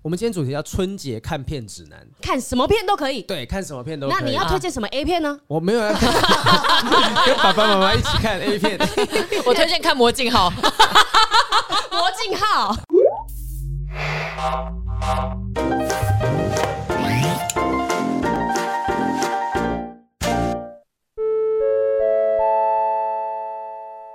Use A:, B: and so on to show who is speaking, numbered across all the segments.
A: 我们今天主题叫春节看片指南。
B: 看什么片都可以。
A: 对，看什么片都可以。
B: 那你要推荐什么 A 片呢？
A: 我没有 要看，跟爸爸妈妈一起看 A 片。
C: 我推荐看魔镜号，
B: 魔镜啊号。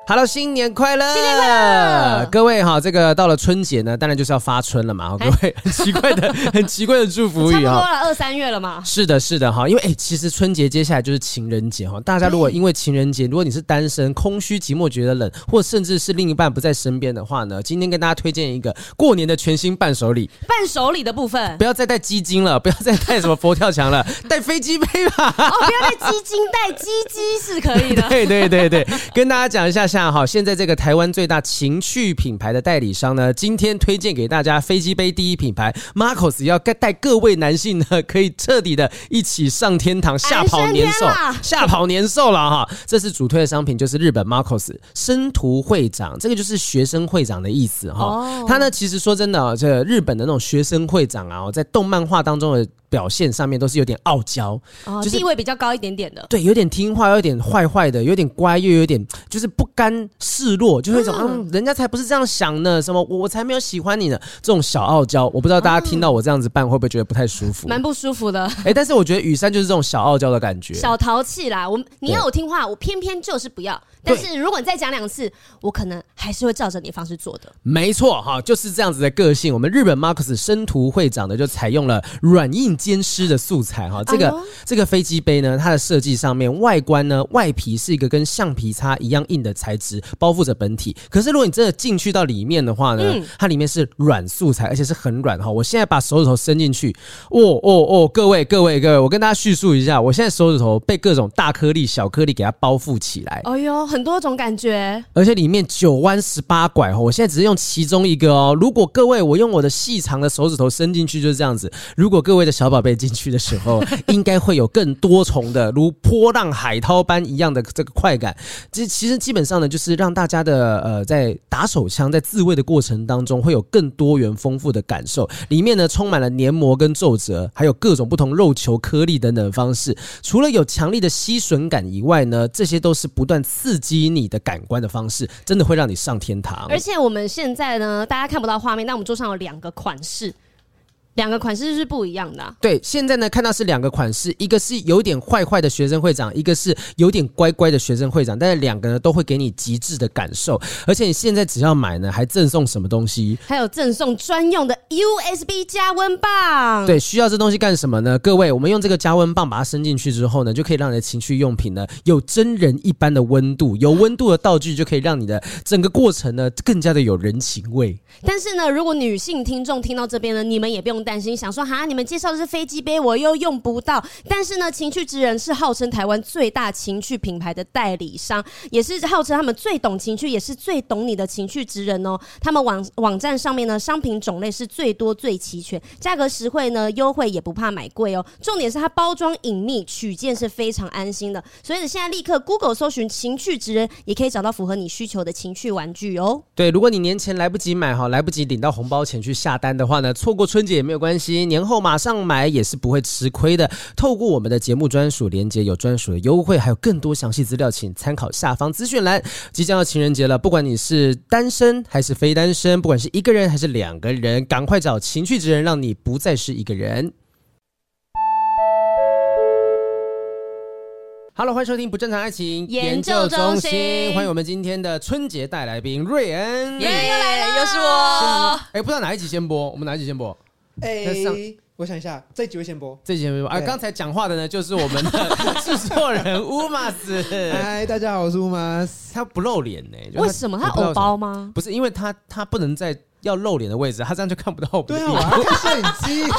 A: Hello，新年快乐！新年
B: 快乐
A: 各位哈，这个到了春节呢，当然就是要发春了嘛。哈各位，很奇怪 的，很奇怪的祝福
B: 哎差不
A: 语
B: 多
A: 哈。
B: 了，二三月了嘛。
A: 是的，是的哈，因为哎、诶其实春节接下来就是情人节哈，大家如果因为情人节，如果你是单身、空虚、寂寞、觉得冷，或甚至是另一半不在身边的话呢，今天跟大家推荐一个过年的全新伴手礼，
B: 伴手礼的 部分，
A: 不要再带鸡精了，不要再带什么佛跳墙了，带飞机杯吧。
B: 哦，不要带鸡精，带鸡鸡是可以的。
A: 对对对对，跟大家讲一下下哈，现在这个台湾最大情趣品牌的代理商呢，今天推荐给大家飞机杯第一品牌 Marcos，要带各位男性呢，可以彻底的一起上天堂，吓跑年兽
B: 哎升天啦，
A: 吓跑年兽了哈。这次主推的商品就是日本 Marcos 生徒会长，这个就是学生会长的意思哈
B: 哦。
A: 他呢，其实说真的哦，这个日本的那种学生会长啊，哦在动漫画当中的表现上面都是有点傲娇，
B: 哦，
A: 就是
B: 地位比较高一点点的。
A: 对，有点听话，有点坏坏的，有点乖，又有点就是不甘示弱，就会一种嗯人家才不是这样想呢，什么我我才没有喜欢你呢，这种小傲娇，我不知道大家听到我这样子办会不会觉得不太舒服？
B: 蛮不舒服的，
A: 哎、但是我觉得雨山就是这种小傲娇的感觉，
B: 小淘气啦。我你要我听话，我偏偏就是不要。但是如果你再讲两次，我可能还是会照着你的方式做的。
A: 没错哈，就是这样子的个性。我们日本 Marcus 生徒会长呢，就采用了软硬兼施的素材哈。这个、
B: 哎呦
A: 这个飞机杯呢，它的设计上面外观呢，外皮是一个跟橡皮擦一样硬的材质包覆着本体。可是如果你真的进去到里面的话呢，
B: 嗯
A: 它里面是软素材，而且是很软哈。我现在把手指头伸进去，哦哦哦，各位各位各位，我跟大家叙述一下，我现在手指头被各种大颗粒、小颗粒给它包覆起来。
B: 哎呦，很多种感觉，
A: 而且里面九弯十八拐哦，我现在只是用其中一个哦。如果各位我用我的细长的手指头伸进去就是这样子，如果各位的小宝贝进去的时候，应该会有更多重的如波浪海涛般一样的这个快感。这其实基本上呢，就是让大家的呃在打手枪在自慰的过程当中会有更多元丰富的感受，里面呢充满了黏膜跟皱褶，还有各种不同肉球颗粒等等的方式。除了有强力的吸吮感以外呢，这些都是不断刺激你的感官的方式，真的会让你上天堂。
B: 而且我们现在呢，大家看不到画面，但我们桌上有两个款式，两个款式是不一样的啊、
A: 对，现在呢看到是两个款式，一个是有点坏坏的学生会长，一个是有点乖乖的学生会长，但是两个呢都会给你极致的感受，而且你现在只要买呢，还赠送什么东西？
B: 还有赠送专用的 USB 加温棒。
A: 对，需要这东西干什么呢？各位，我们用这个加温棒把它伸进去之后呢，就可以让你的情趣用品呢有真人一般的温度，有温度的道具就可以让你的整个过程呢更加的有人情味。
B: 但是呢，如果女性听众听到这边呢，你们也不用担心，想说哈，你们介绍的是飞机杯，我又用不到。但是呢，情趣之人是号称台湾最大情趣品牌的代理商，也是号称他们最懂情趣，也是最懂你的情趣之人哦。他们网网站上面呢，商品种类是最多最齐全，价格实惠呢，优惠也不怕买贵哦。重点是它包装隐秘，取件是非常安心的。所以你现在立刻 Google 搜寻情趣之人，也可以找到符合你需求的情趣玩具哦。
A: 对，如果你年前来不及买哈，来不及领到红包前去下单的话呢，错过春节也没有关系，年后马上买也是不会吃亏的。透过我们的节目专属连接，有专属的优惠，还有更多详细资料，请参考下方资讯栏。即将要情人节了，不管你是单身还是非单身，不管是一个人还是两个人，赶快找情趣之人，让你不再是一个人。Hello，欢迎收听不正常爱情
B: 研究中心
A: 欢迎我们今天的春节带来宾瑞恩。
C: 耶，又来了，又是我。
A: 哎，不知道哪一集先播？我们哪一集先播？
D: 哎、
A: 那上
D: 我想一下，这几位先播。
A: 这集先播。啊，
D: 对
A: 刚才讲话的呢，就是我们的 制作人乌马斯，
D: 嗨，大家好，我是乌马斯。
A: 他不露脸呢。就
B: 为什么他
A: 我不知道
B: 偶
A: 为什么
B: 包吗？
A: 不是因为他他不能在要露脸的位置，他这样就看不到我们的
D: 对啊，
A: 地
D: 我
A: 方。
D: 还要看摄影机。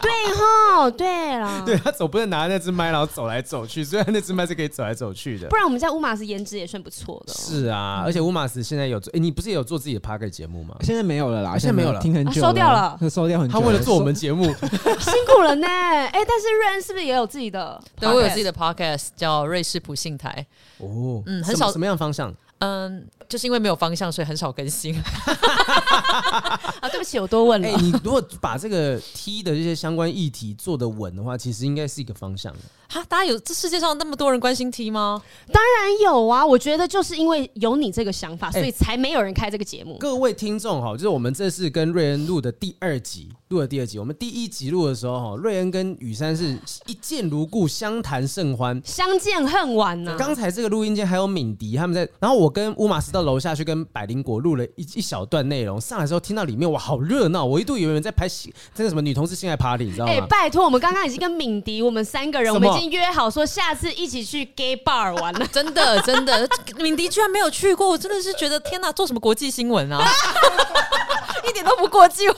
B: 对哈，对啦，
A: 对他总不能拿那只麦，然后走来走去。虽然那只麦是可以走来走去的
B: 不，然我们家乌马斯颜值也算不错的哦。
A: 是啊。而且乌马斯现在有做，哎，你不是也有做自己的 p a r k 节目吗？
D: 现在哦没有了啦，
A: 现在没有了
D: 听很久、
B: 啊收掉了，
D: 收掉很久。
A: 他为了做我们，节目，
B: 辛苦了呢。哎，但是瑞恩是不是也有自己的？
C: 对，我有自己。的 podcast 叫瑞士普信台。
A: 哦，
C: 嗯
A: 什
C: 很
A: 么
C: 少
A: 什么样的方向？
C: 嗯，就是因为没有方向，所以很少更新。
B: 啊，对不起，我多问了
A: 哎、。你如果把这个 T 的这些相关议题做得稳的话，其实应该是一个方向。
C: 哈，大家有这世界上那么多人关心 T 吗？。
B: 当然有啊，我觉得就是因为有你这个想法，所
A: 哎
B: 以才没有人开这个节目。
A: 各位听众哈，就是我们这次跟瑞恩录的第二集，录的第二集，我们第一集录的时候哈，瑞恩跟雨珊是一见如故，相谈甚欢。
B: 相见恨晚呐、
A: 刚才这个录音间还有敏迪他们在，然后我跟乌马斯到楼下去跟百灵果录了一一小段内容，上来之后听到里面哇好热闹，我一度以为有人在拍戏，这个什么女同志性爱 party，你知道吗？
B: 哎、拜托，我们刚刚已经跟敏迪，我们三个人，
A: 什
B: 我
A: 么
B: 们已经约好说下次一起去 gay bar 玩 了
C: 真 的，真的，敏迪居然没有去过，我真的是觉得天哪，做什么国际新闻啊？ 一点都不国际化。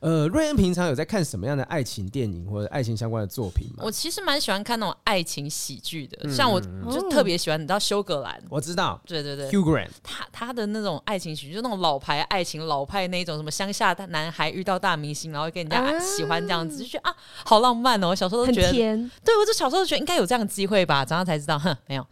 A: 呃，瑞恩平常有在看什么样的爱情电影或者爱情相关的作品吗？
C: 我其实蛮喜欢看那种爱情喜剧的，像我就特别喜欢，你知道休格兰。
A: 我知道
C: 对对对，
A: Hugh Grant，
C: 他他的那种爱情喜剧，就那种老牌爱情、老派那一种，什么乡下大男孩遇到大明星，然后跟人家
B: 啊
C: 喜欢这样子，就觉得啊，好浪漫哦！小时候都
B: 很
C: 觉得，
B: 甜，
C: 对我就小时候就觉得应该有这样的机会吧，长大才知道，哼，没有。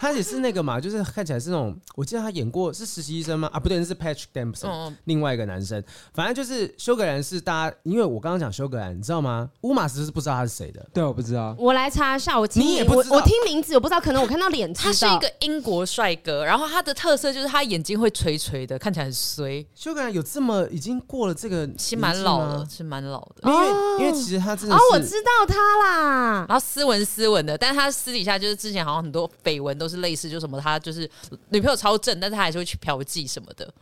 A: 他也是那个嘛，就是看起来是那种，我记得他演过是实习医生吗？啊，不对，是 Patrick Dempsey，、
B: 哦
C: 嗯嗯
A: 另外一个男生。反正就是休格兰是大家，因为我刚刚讲休格兰，你知道吗？乌马斯是不知道他是谁的，
D: 对，我不知道。
B: 我来查一下，我听
A: 你也
B: 名
A: 不
B: 我
A: 知道
B: 我听名字，我不知道，可能我看到脸知
C: 他
B: 道。
C: 是一个英国帅哥，然后他的特色就是他眼睛会垂垂的，看起来很衰，
A: 休格兰有这么已经过了这个年
C: 其
A: 纪
C: 实
A: 吗，
C: 蛮老的，是蛮老的。
A: 因为、
B: 哦
A: 因为其实他真的
B: 哦
A: 是，
B: 我知道他啦，
C: 然后斯文斯文的，但是他私底下就是之前好像很多绯闻都是类似，就什么他就是女朋友超正，但是他还是会去嫖妓什么的。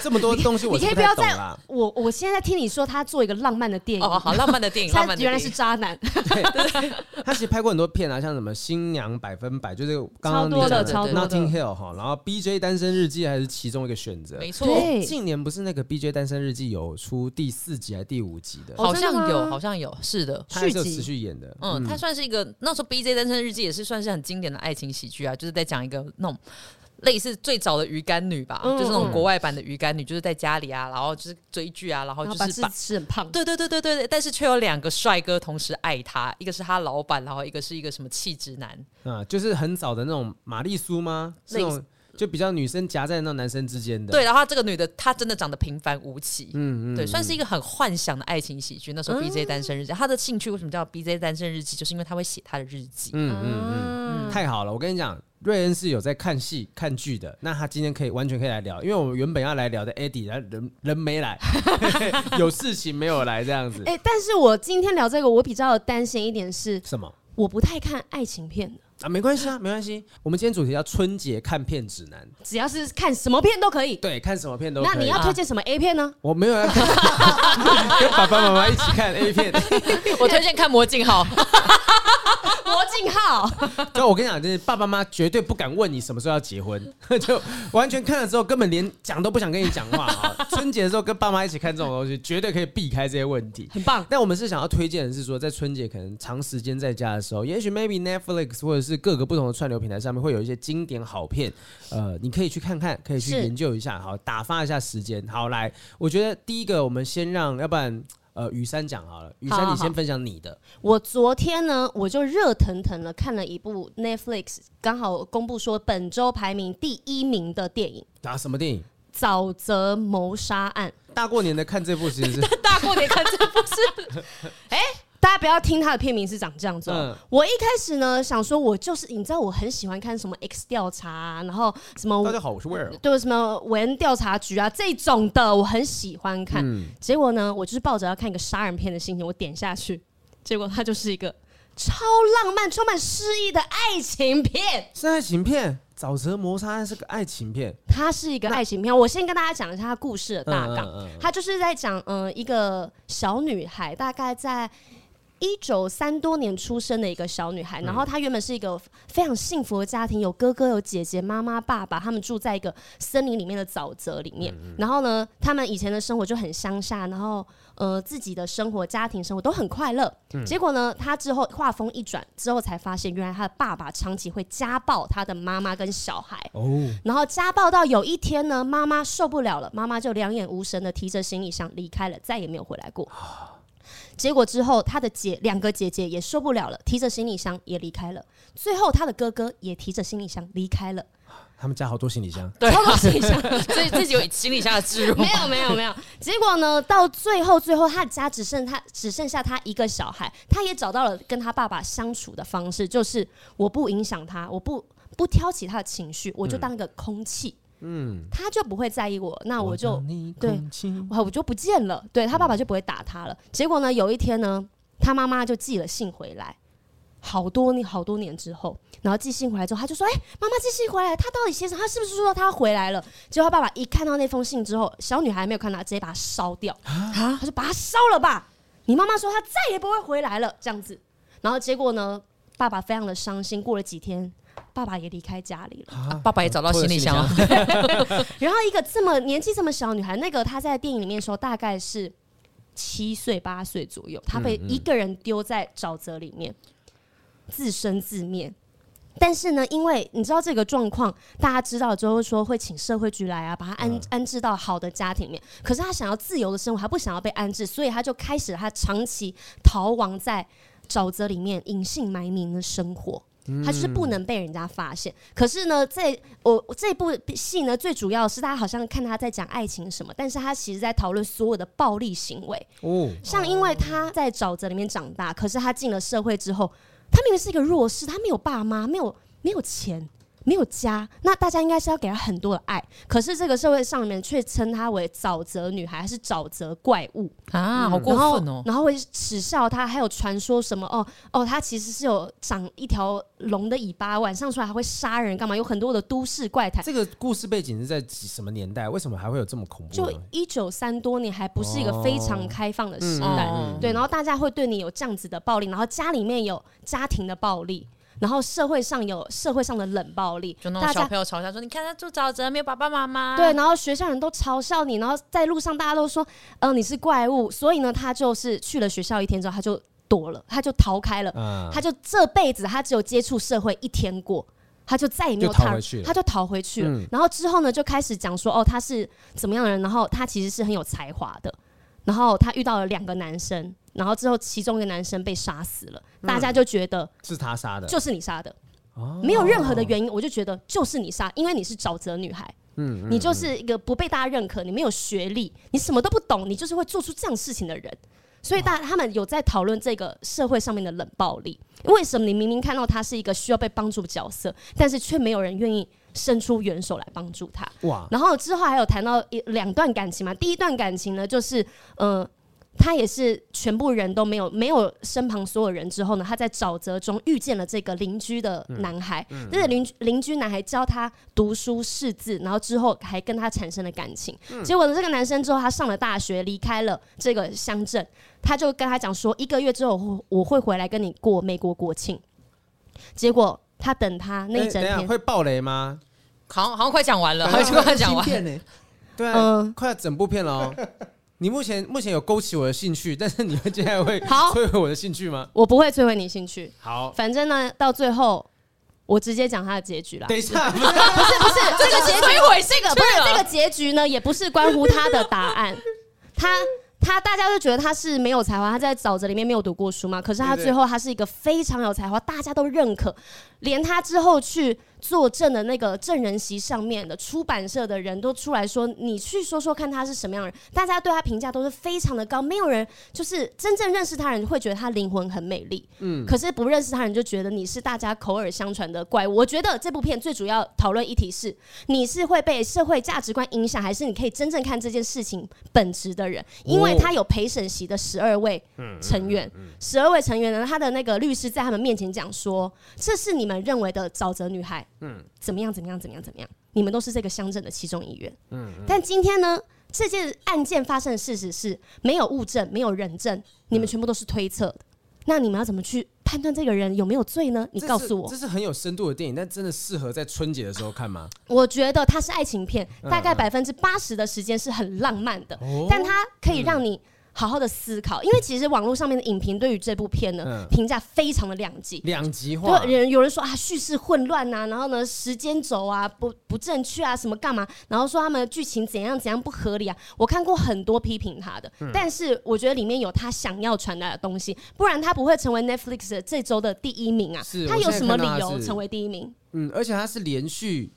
A: 这么多东西，我
B: 你
A: 是
B: 可以
A: 太
B: 要
A: 懂
B: 再
A: 啦。
B: 我我现在听你说他做一个浪漫的电影，
C: 哦，好浪漫的 电影，浪
B: 他
C: 漫的电影
B: 原来是渣男，
A: 他其实拍过很多片啊，像什么《新娘百分百》，就是刚
B: 超
A: 刚你
B: 多的，
A: 讲
B: 超多
A: Notting
B: 的。
A: Hill 哈，然后 BJ 单身日记还是其中一个选择。
C: 没错。
B: 对，
A: 近年不是那个 BJ 单身日记有出第四集还是第五集的，
B: 哦
C: 好像
B: 真的
C: 有，
B: 吗
C: 好像有，是的。
A: 他还是有
B: 续集
A: 持续演的。
C: 嗯，它算是一个那时候《BJ 单身日记》也是算是很经典的爱情喜剧啊，就是在讲一个那种类似最早的鱼干女吧，
B: 嗯
C: 就是那种国外版的鱼干女，就是在家里啊，然后就是追剧啊，然后
B: 然
C: 就
B: 后把
C: 是
B: 自
C: 把
B: 己吃很胖，
C: 对对对对对对，但是却有两个帅哥同时爱她，一个是她老板，然后一个是一个什么气质男，
A: 啊，就是很早的那种玛丽苏吗？是那
C: 类似
A: 种就比较女生夹在那男生之间的。
C: 对，然后这个女的她真的长得平凡无奇，
A: 嗯，嗯嗯，
C: 对，算是一个很幻想的爱情喜剧。那时候 BJ 单身日记，她的兴趣为什么叫 BJ 单身日记，就是因为她会写她的日记。
A: 嗯嗯嗯，太好了！我跟你讲，瑞恩是有在看戏看剧的，那他今天可以完全可以来聊，因为我们原本要来聊的 Eddie，他人人没 来，有事情没有来这样子。
B: 哎、但是我今天聊这个，我比较担心一点是，
A: 什么
B: 我不太看爱情片的，
A: 啊？没关系啊，没关系。我们今天主题叫春节看片指南，
B: 只要是看什么片都可以。
A: 对，看什么片都可以。
B: 那你
C: 啊
B: 要推荐什么 A 片 呢？
A: 我没有要 看跟爸爸妈妈一起看 A 片。
C: 我推荐看《魔镜号》，
B: 罗敬浩，
A: 就我跟你讲，就是爸爸妈妈绝对不敢问你什么时候要结婚， 就完全看了之后根本连讲都不想跟你讲话 啊。春节的时候跟爸妈一起看这种东西，绝对可以避开这些问题。
B: 很棒。
A: 那我们是想要推荐的是说，在春节可能长时间在家的时候，也许 maybe Netflix 或者是各个不同的串流平台上面会有一些经典好片，呃，你可以去看看，可以去
B: 是
A: 研究一下，好打发一下时间。好，来，我觉得第一个我们先让，要不然呃雨珊讲好了，雨
B: 好
A: 珊
B: 好
A: 你先
B: 好
A: 分享你的，
B: 我昨天呢，我就热腾腾的看了一部 Netflix 刚好公布说本周排名第一名的电影
A: 打什么电影？
B: 《沼泽谋杀案》。
A: 大过年的看这部其 实是
C: 大过年看这部是
B: 大家不要听它的片名是长这样子、哦。
A: 嗯
B: 我一开始呢想说，我就是你知道我很喜欢看什么 X 调查啊、然后什么
A: 大家好，我是威尔。
B: 对什么韦恩调查局啊这种的，我很喜欢看。
A: 嗯
B: 结果呢，我就是抱着要看一个杀人片的心情，我点下去，结果它就是一个超浪漫、充满诗意的爱情片。
A: 是爱情片，《沼泽谋杀案》是个爱情片，
B: 它是一个爱情片，我先跟大家讲一下它故事的大纲。
A: 嗯嗯嗯
B: 它就是在讲，嗯、一个小女孩，大概在。一九三多年出生的一个小女孩，然后她原本是一个非常幸福的家庭，有哥哥、有姐姐、妈妈、爸爸，他们住在一个森林里面的沼泽里面。然后呢，他们以前的生活就很乡下，然后呃自己的生活、家庭生活都很快乐。结果呢，她之后话锋一转，之后才发现，原来她的爸爸长期会家暴她的妈妈跟小孩。
A: 哦，
B: 然后家暴到有一天呢，妈妈受不了了，妈妈就两眼无神的提着行李箱离开了，再也没有回来过。结果之后，他的姐两个姐姐也受不了了，提着行李箱也离开了。最后，他的哥哥也提着行李箱离开了，
A: 他们家好多行李箱，
C: 对
B: 超多行李箱。
C: 所 以自己有行李箱的 置入啊吗
B: 没有没有没有，结果呢，到最后最后，他的家只剩他只剩下他一个小孩，他也找到了跟他爸爸相处的方式，就是我不影响他，我不不挑起他的情绪，我就当一个空气，嗯，他就不会在意我，那我就
A: 让你
B: 对
A: 空气
B: 哇，我就不见了。对他爸爸就不会打他了。结果呢，有一天呢，他妈妈就寄了信回来，好多年好多年之后，然后寄信回来之后，他就说：“哎、妈妈寄信回来了，他到底写什么？他是不是说他回来了？”结果他爸爸一看到那封信之后，小女孩没有看到，直接把它烧掉。他说：“把它烧了吧！”你妈妈说她再也不会回来了，这样子。然后结果呢，爸爸非常的伤心。过了几天，爸爸也离开家里了。
A: 啊
C: 爸爸也找到行李箱了，
B: 然后一个这么年纪这么小的女孩，那个她在电影里面说大概是七岁八岁左右，她被一个人丢在沼泽里面，自生自灭。但是呢，因为你知道这个状况，大家知道之后说会请社会局来啊，把她安、安置到好的家庭里面。可是她想要自由的生活，她不想要被安置，所以她就开始她长期逃亡在沼泽里面隐姓埋名的生活。她就是不能被人家发现。可是呢，在我我这部戏呢，最主要是大家好像看他在讲爱情什么，但是他其实在讨论所有的暴力行为。
A: 哦，
B: 像因为他在沼泽里面长大，可是他进了社会之后，他明明是一个弱势，他没有爸妈，没有没有钱，没有家，那大家应该是要给他很多的爱，可是这个社会上面却称他为沼泽女孩，还是沼泽怪物。
C: 啊，好过
B: 然后
C: 分哦！
B: 然后会耻笑他，还有传说什么哦哦，他其实是有长一条龙的尾巴，晚上出来还会杀人，干嘛？有很多的都市怪谈。
A: 这个故事背景是在几什么年代？为什么还会有这么恐怖
B: 就
A: 的东西？
B: 一九三多年还不是一个非常
A: 哦
B: 开放的时代，
C: 哦嗯
B: 对，然后大家会对你有这样子的暴力，然后家里面有家庭的暴力，然后社会上有社会上的冷暴力，
C: 就那
B: 大
C: 种小
B: 家
C: 朋友嘲笑说：“你看他住沼泽，没有爸爸妈妈。”
B: 对，，然后学校人都嘲笑你，然后在路上大家都说，嗯、你是怪物，所以呢，他就是去了学校一天之后，他就躲了，他就逃开了，
A: 嗯
B: 他就这辈子他只有接触社会一天过，他就再也没有
A: 就逃
B: 踏入
A: 回去了嗯
B: 他就逃回去了。然后之后呢，就开始讲说哦，他是怎么样的人，然后他其实是很有才华的。然后他遇到了两个男生，然后之后其中一个男生被杀死了，
A: 嗯
B: 大家就觉得
A: 是他杀的，哦
B: 就是你杀的，没有任何的原因，我就觉得就是你杀，因为你是沼泽女孩。
A: 嗯
B: 你就是一个不被大家认可，你没有学历，你什么都不懂，你就是会做出这样事情的人。所以大他们有在讨论这个社会上面的冷暴力，为什么你明明看到他是一个需要被帮助的角色，但是却没有人愿意伸出援手来帮助他？
A: 哇，
B: 然后之后还有谈到一两段感情嘛，第一段感情呢，就是嗯、呃他也是全部人都没有没有身旁所有人之后呢，他在沼泽中遇见了这个邻居的男孩，
A: 嗯
B: 这个邻居邻居男孩教他读书识字，然后之后还跟他产生了感情。
A: 嗯
B: 结果呢，这个男生之后他上了大学，离开了这个乡镇，他就跟他讲说，一个月之后我会我会回来跟你过美国国庆。结果他等他那一
A: 哎
B: 整
A: 等下
B: 天，
A: 会爆雷吗？
C: 好像好像快讲完了，好像快讲完。
D: 芯片欸呢？
A: 对啊
B: 嗯，
A: 快要整部片了 哦。你目前目前有勾起我的兴趣，但是你们接下来会
B: 好
A: 摧毁我的兴趣吗？
B: 我不会摧毁你兴趣。
A: 好，
B: 反正呢，到最后我直接讲他的结局啦。
A: 等一 下，不是
B: 不是不是，这个结局
C: 摧毁性
B: 这个不是这个结局呢，也不是关乎他的答案。 他他大家都觉得他是没有才华，他在沼泽里面没有读过书嘛。可是他
A: 对对
B: 最后他是一个非常有才华，大家都认可，连他之后去作证的那个证人席上面的出版社的人都出来说，你去说说看他是什么样的人。大家对他评价都是非常的高，没有人就是真正认识他人会觉得他灵魂很美丽，嗯，可是不认识他人就觉得你是大家口耳相传的怪物。我觉得这部片最主要讨论议题是，你是会被社会价值观影响，还是你可以真正看这件事情本质的人？因为他有陪审席的十二位
A: 嗯
B: 成员，十二位成员呢，他的那个律师在他们面前讲说，这是你们认为的沼泽女孩，嗯，怎么样，怎么样，怎么样，怎么样，你们都是这个乡镇的其中一员，嗯，但今天呢？这件案件发生的事实是没有物证，没有人
A: 嗯
B: 证，你们全部都是推测的。那你们要怎么去判断这个人有没有罪呢？你
A: 这
B: 告
A: 是
B: 诉我
A: 这，是很有深度的电影，但真的适合在春节的时候看吗？
B: 我觉得
A: 嗯哦
B: 它是爱情片，大概百分之八十的时间是很浪漫的，但它可以让你好好的思考，因为其实网络上面的影评对于这部片呢
A: 嗯
B: 评价非常的两极。
A: 两极化
B: 对，，人有人说啊，叙事混乱呐、然后呢，时间轴啊不不正确啊，什么干嘛？然后说他们剧情怎样怎样不合理啊。我看过很多批评他的，
A: 嗯
B: 但是我觉得里面有他想要传达的东西，不然他不会成为 Netflix 的这周的第一名啊
A: 是。
B: 他
A: 我
B: 有
A: 现在
B: 什么
A: 看
B: 理
A: 到他
B: 由
A: 是
B: 成为第一名？
A: 嗯，而且它是连续。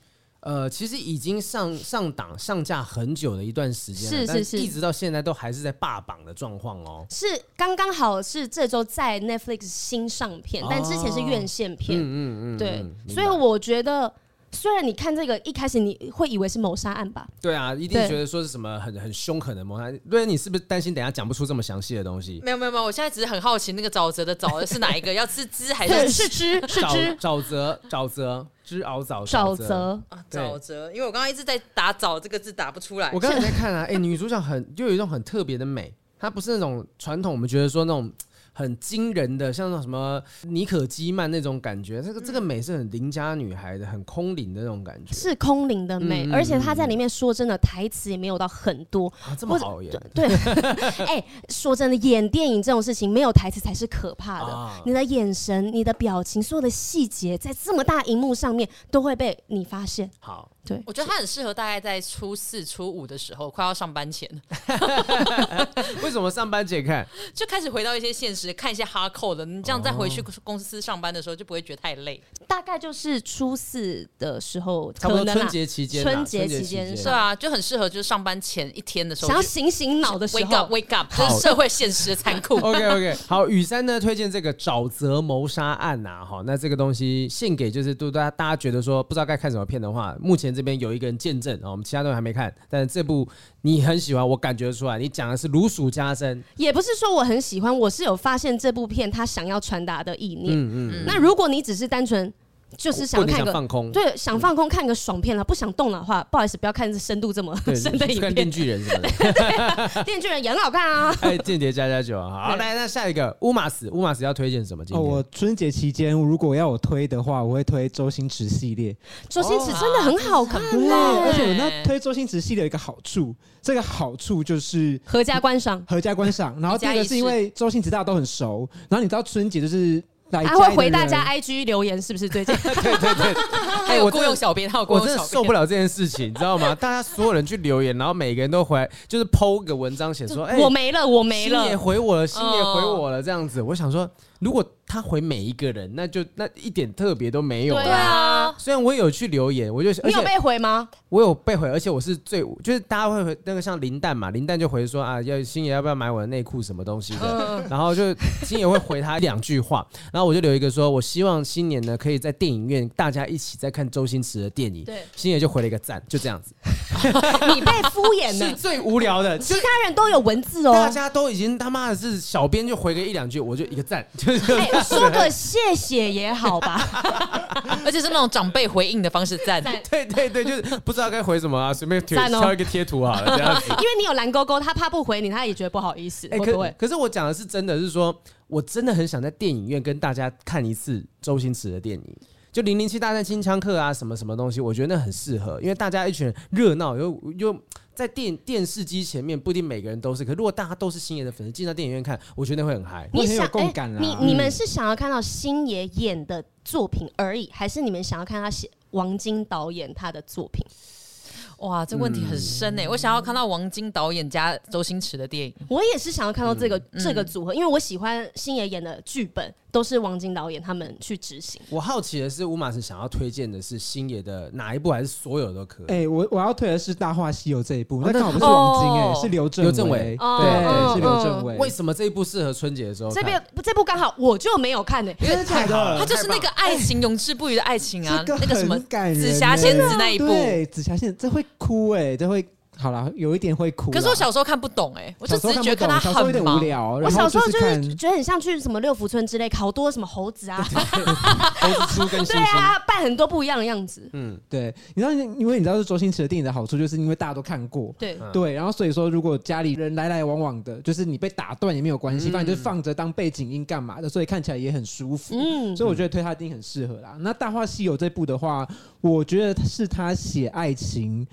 A: 呃，其实已经上上档上架很久的一段时间了，
B: 是是
A: 但
B: 是
A: 一直到现在都还是在霸榜的状况哦。
B: 是刚刚好是这周在 Netflix 新上片，但之前是院线片。
A: 嗯嗯嗯，
B: 对
A: 嗯，明
B: 所以
A: 白
B: 我觉得，虽然你看这个一开始你会以为是谋杀案吧，
A: 对啊，一定觉得说是什么很很凶狠的谋杀。对，你是不是担心等一下讲不出这么详细的东西？
C: 没有没有没有，我现在只是很好奇那个沼泽的沼是哪一个？要是枝
A: 哎
C: 还
B: 是是
C: 是
B: 之是
A: 沼
B: 之
A: 沼泽，沼泽，知敖沼，
B: 沼
A: 泽。
B: 泽，
C: 啊
A: 对
C: 沼泽？因为我刚刚一直在打“沼”这个字打不出来
A: 我。刚才在看啊，哎、 女主角很就有一种很特别的美，她不是那种传统我们觉得说那种很惊人的，像那种什么妮可基曼那种感觉。这个这个美是很邻家女孩的，很空灵的那种感觉。
B: 是空灵的美，
A: 嗯
B: 而且他在里面说真的台词也没有到很多。
A: 啊，这么好演，
B: 对，哎、说真的，演电影这种事情没有台词才是可怕的。
A: 啊
B: 你的眼神、你的表情、所有的细节，在这么大荧幕上面都会被你发现。
A: 好，
B: 对，
C: 我觉得他很适合大概在初四、初五的时候，快要上班前，
A: 为什么上班姐看？
C: 就开始回到一些现实，看一些哈扣的。你这样再回去公司上班的时候，就不会觉得太累，
B: 大概就是初四的时候，
A: 差不
B: 可
A: 多
B: 能啦
A: 春节期间啊，
B: 春节
A: 春节
B: 期间
C: 是啊，就很适合就是上班前一天的时候
B: 想要
C: 去
B: 醒醒脑的时
C: wake
B: 候
C: up。wake up，就是社会现实的残 酷。
A: OK OK，好，雨珊呢推荐这个沼泽谋杀案呐、哈，那这个东西献给就是都大家大家觉得说不知道该看什么片的话，目前这边有一个人见证啊、我们其他都还没看，但是这部你很喜欢，我感觉得出来，你讲的是如数家珍，
B: 也不是说我很喜欢，我是有发现这部片他想要传达的意念。
A: 嗯
B: 那如果你只是单纯就是想
A: 或者
B: 看
A: 想
B: 个。
A: 放空，
B: 对，想放空看个爽片了，不想动的话，不好意思，不要看深度这么深的
A: 去
B: 影
A: 看《
B: 片
A: 电。锯人》什 么的，
B: 电锯人也很好看啊，
A: 哎，《间谍加加酒》啊，好，
B: 对
A: 来，那下一个乌马斯，乌马斯要推荐什么？今
D: 哦，
A: 天、
D: 我春节期间如果要我推的话，我会推周星驰系列。
B: 周星驰真的很好看
C: 很
B: 呢、
C: 棒
D: 而且我那推周星驰系列有一个好处，这个好处就是
B: 合家观
A: 哦
B: 赏，
D: 合家观赏。然后第二个是因为周星驰大家都很熟，然后你知道春节就是来
B: 还
D: 家
B: 会
D: 里
B: 回
D: 的
B: 大家
D: 人
B: IG 留言，是不是 最近？
A: 对对对，
C: 还有
A: 我真
C: 雇
A: 的
C: 佣小编，还有雇
A: 我
C: 佣
A: 真的
C: 小
A: 受
C: 编
A: 不。了这件事情，你知道吗？ 大家所有人去留言，然后每个人都回来，就是剖个文章写说，哎、
B: 我没了，我没
A: 星也
B: 了，嗯
A: 回我了，星也回我了，这样子，我想说，如果他回每一个人，那就那一点特别都没有
B: 对
A: 啊。
B: 啊。
A: 虽然我有去留言，我就而
B: 你有
A: 且
B: 被回 吗？
A: 我有被回，而且我是最就是大家会回那个像林蛋嘛，林蛋就回说啊，要星爷要不要买我的内裤什么东西的，然后就星爷会回他两句话，然后我就留一个说，我希望新年呢可以在电影院大家一起在看周星驰的电影，
B: 对，
A: 星爷就回了一个赞，就这样子，
B: 你被敷衍
A: 是
B: 了，
A: 最无聊的，
B: 其他人都有文字
A: 大
B: 哦。
A: 家都已经他妈的是小编就回个一两句，我就一个赞， 就是
B: 哎，说个谢谢也好吧。
C: 而且是那种长辈回应的方式赞。
B: 赞
A: 对对对，就是不知道该回什么啊，随便贴
B: 赞哦
A: 挑一个贴图好了，这样子。
B: 因为你有蓝勾勾，他怕不回你，他也觉得不好意思，
A: 哎、
B: 会不
A: 可
B: 会？
A: 可是我讲的是真的，是说我真的很想在电影院跟大家看一次周星驰的电影，就《零零七大战金枪客》啊，什么什么东西，我觉得那很适合，因为大家一群人热闹，又又在电电视机前面，不一定每个人都是，可如果大家都是星爷的粉丝，进到电影院看，我觉得会很嗨。
D: 我
B: 你
D: 很有
B: 想，哎
D: 共感啊嗯啦
B: 你你们是想要看到星爷演的作品而已，还是你们想要看他写王晶导演他的作品？
C: 哇，这问题很深哎、我想要看到王晶导演加周星驰的
D: 嗯
C: 电影。
B: 我也是想要看到这个、这个组合，因为我喜欢星爷演的剧本都是王晶导演他们去执行。
A: 我好奇的是，乌马是想要推荐的是星爷的哪一部，还是所有都可以？
D: 哎、我我要推的是《大话西游》这一部，那
A: 那
D: 刚好不是
C: 哦
D: 王晶哎、是刘
A: 刘
D: 镇
A: 镇
D: 伟，
A: 伟
B: 哦
D: 对，
B: 哦
D: 是刘
B: 哦
D: 镇伟。
A: 为什么这一部适合春节的时候看？
B: 这边这部刚好我就没有看呢、欸
D: 真的假的？
C: 他就是那个爱情永志不渝的爱情啊，
D: 哎这
C: 那个什么
D: 很感人欸
C: 紫霞仙子那一部。
D: 对，紫霞仙子这会哭哎、这会好啦，有一点会哭啦。
C: 可是我小时候看不懂哎、我就
D: 啊小时
C: 只
D: 候看
C: 是觉
D: 不
C: 得
D: 懂，
C: 看他
D: 小时候有
C: 很
D: 点无
C: 忙。
D: 聊。
B: 我
D: 然后
B: 小时候
D: 就
B: 就是
D: 看
B: 是觉得很像去什么六福村之类，烤多什么猴子 啊，
A: 猴子出跟星
B: 对
A: 星。
B: 啊，扮很多不一样的样子。
D: 嗯对，你知道，因为你知道是周星驰的电影的好处，就是因为大家都看过。
B: 对，
D: 对，然后所以说，如果家里人来来往往的，就是你被打断也没有关系，反正就是放着当背景音干嘛的，所以看起来也很舒服。
B: 嗯，
D: 所以我觉得推他一定很适合啦。那《大话西游》这部的话，我觉得是他写爱情，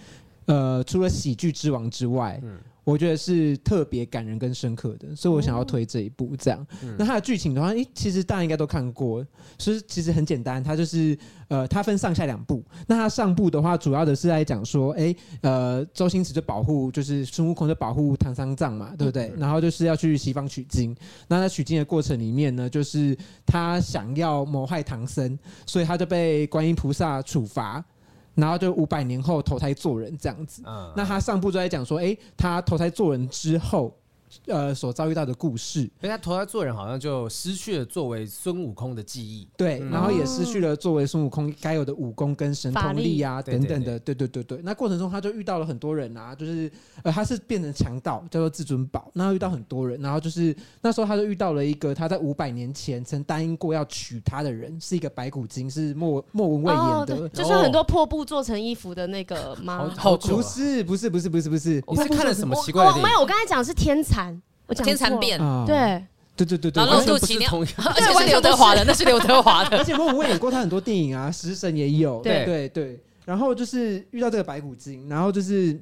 D: 呃，除了喜剧之王之外，我觉得是特别感人跟深刻的，所以我想要推这一部这样。那它的剧情的话，诶、其实大家应该都看过，所以其实很简单，它就是呃，它分上下两部。那它上部的话，主要的是在讲说，诶、呃，周星驰就保护，就是孙悟空就保护唐三藏嘛，对不对？然后就是要去西方取经。那在取经的过程里面呢，就是他想要谋害唐僧，所以他就被观音菩萨处罚，然后就五百年后投胎做人这样子。
A: 嗯
D: 那他上部就在讲说，诶，他投胎做人之后，呃，所遭遇到的故事，
A: 所以他投胎做人好像就失去了作为孙悟空的记忆。
D: 对，
A: 嗯
D: 然后也失去了作为孙悟空该有的武功跟神通力啊
A: 法力
D: 等等的，对对对对。那过程中他就遇到了很多人啊，就是呃他是变成强盗，叫做至尊宝，然后遇到很多人，然后就是那时候他就遇到了一个他在五百年前曾答应过要娶她的人，是一个白骨精，是莫莫文蔚演的。
B: 哦
D: 哦
B: 对就是很多破布做成衣服的那个吗？
A: 好久
D: 不
A: 啊
D: 哦是不是不是不是不是
A: 你是看了什么
B: 我
A: 奇怪的
B: 我
A: 电
B: 哦没
A: 影？哦
B: 有，我刚才讲的是天蚕，我讲
C: 天
B: 错
C: 蚕
B: 了，
C: 变，
D: 啊，
B: 对，
D: 对对对对，
C: 然后
D: 而
C: 露
D: 且
C: 肚
A: 不是
C: 脐那
A: 同一个
C: 而且
B: 对
C: 是
B: 完
C: 刘
B: 全
C: 德
B: 不
C: 华
B: 是
C: 的，那是刘德华的。
D: 而且莫文蔚演过他很多电影啊，《食神》也有，
A: 对
D: 对对。然后就是遇到这个白骨精，然后就是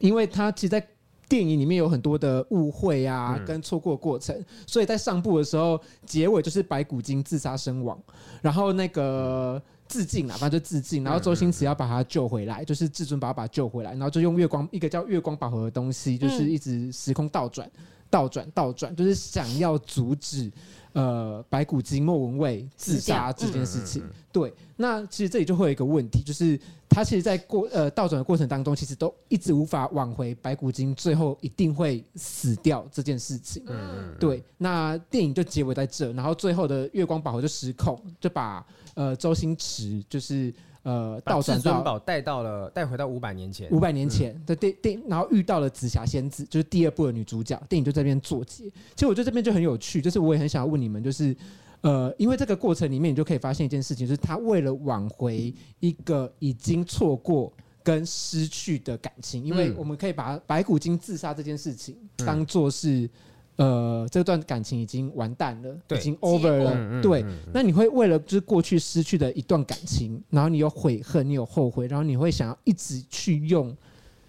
D: 因为他其实，在电影里面有很多的误会啊，
A: 嗯
D: 跟错过的过程，所以在上部的时候，结尾就是白骨精自杀身亡，然后那个。自尽啦，反正就自尽，然后周星驰要把他救回来，就是至尊宝要把他救回来，然后就用月光一个叫月光宝盒的东西，就是一直时空倒转、倒转、倒转，就是想要阻止呃白骨精莫文蔚自杀这件事
A: 嗯
D: 情。对，那其实这里就会有一个问题，就是他其实，在过呃倒转的过程当中，其实都一直无法挽回白骨精最后一定会死掉这件事情。
A: 嗯，
D: 对，那电影就结尾在这，然后最后的月光宝盒就失控，就把呃周星驰就是呃
A: 把
D: 倒
A: 至
D: 转
A: 尊
D: 到
A: 宝带到了，带回到五百年前。嗯
D: 五百年前的电电，然后遇到了紫霞仙子，就是第二部的女主角，电影就这边作结。其实我觉得这边就很有趣，就是我也很想要问你们，就是呃，因为这个过程里面，你就可以发现一件事情，就是他为了挽回一个已经错过。跟失去的感情，因为
A: 嗯
D: 我们可以把白骨精自杀这件事情当做是，呃，这段感情已经完蛋了，
A: 对
D: 已经 over 了，
A: 嗯嗯
D: 对，
A: 嗯
D: 那你会为了就是过去失去的一段感情，然后你有悔恨，你有后悔，然后你会想要一直去用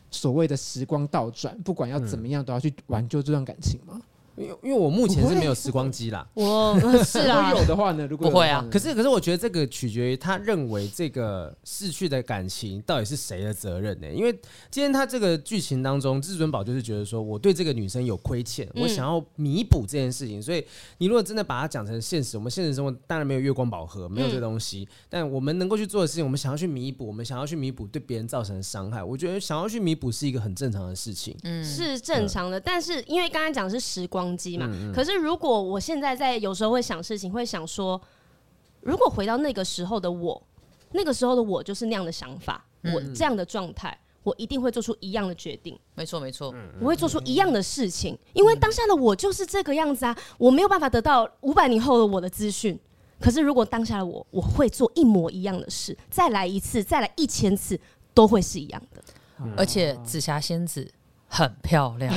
D: 所谓的时光倒转，不管要怎
A: 嗯
D: 么样都要去挽救这段感情吗？
A: 因为因为我目前是没有时光机啦。
B: 我是
D: 如
B: 啦
D: 果，有的话呢？如果有的
C: 不会啊
D: 话呢
A: 可是，可是我觉得这个取决于他认为这个逝去的感情到底是谁的责任呢、因为今天他这个剧情当中，至尊宝就是觉得说我对这个女生有亏欠，
B: 嗯
A: 我想要弥补这件事情。所以你如果真的把它讲成现实，我们现实生活当然没有月光宝盒，没有这个东西，但我们能够去做的事情，我们想要去弥补，我们想要去弥补对别人造成的伤害。我觉得想要去弥补是一个很正常的事情。
C: 嗯
B: 是正常
A: 嗯
B: 的。但是因为刚才讲的是时光机嘛，可是如果我现在在有时候会想事情，会想说，如果回到那个时候的我，那个时候的我就是那样的想法，我
C: 嗯
B: 这样的状态，我一定会做出一样的决定。
C: 没错，没错，
B: 我会做出一样的事情，因为当下的我就是这个样子啊，我没有办法得到五百年后的我的资讯。可是如果当下的我，我会做一模一样的事，再来一次，再来一千次，都会是一样的。
C: 而且紫霞仙子很漂亮，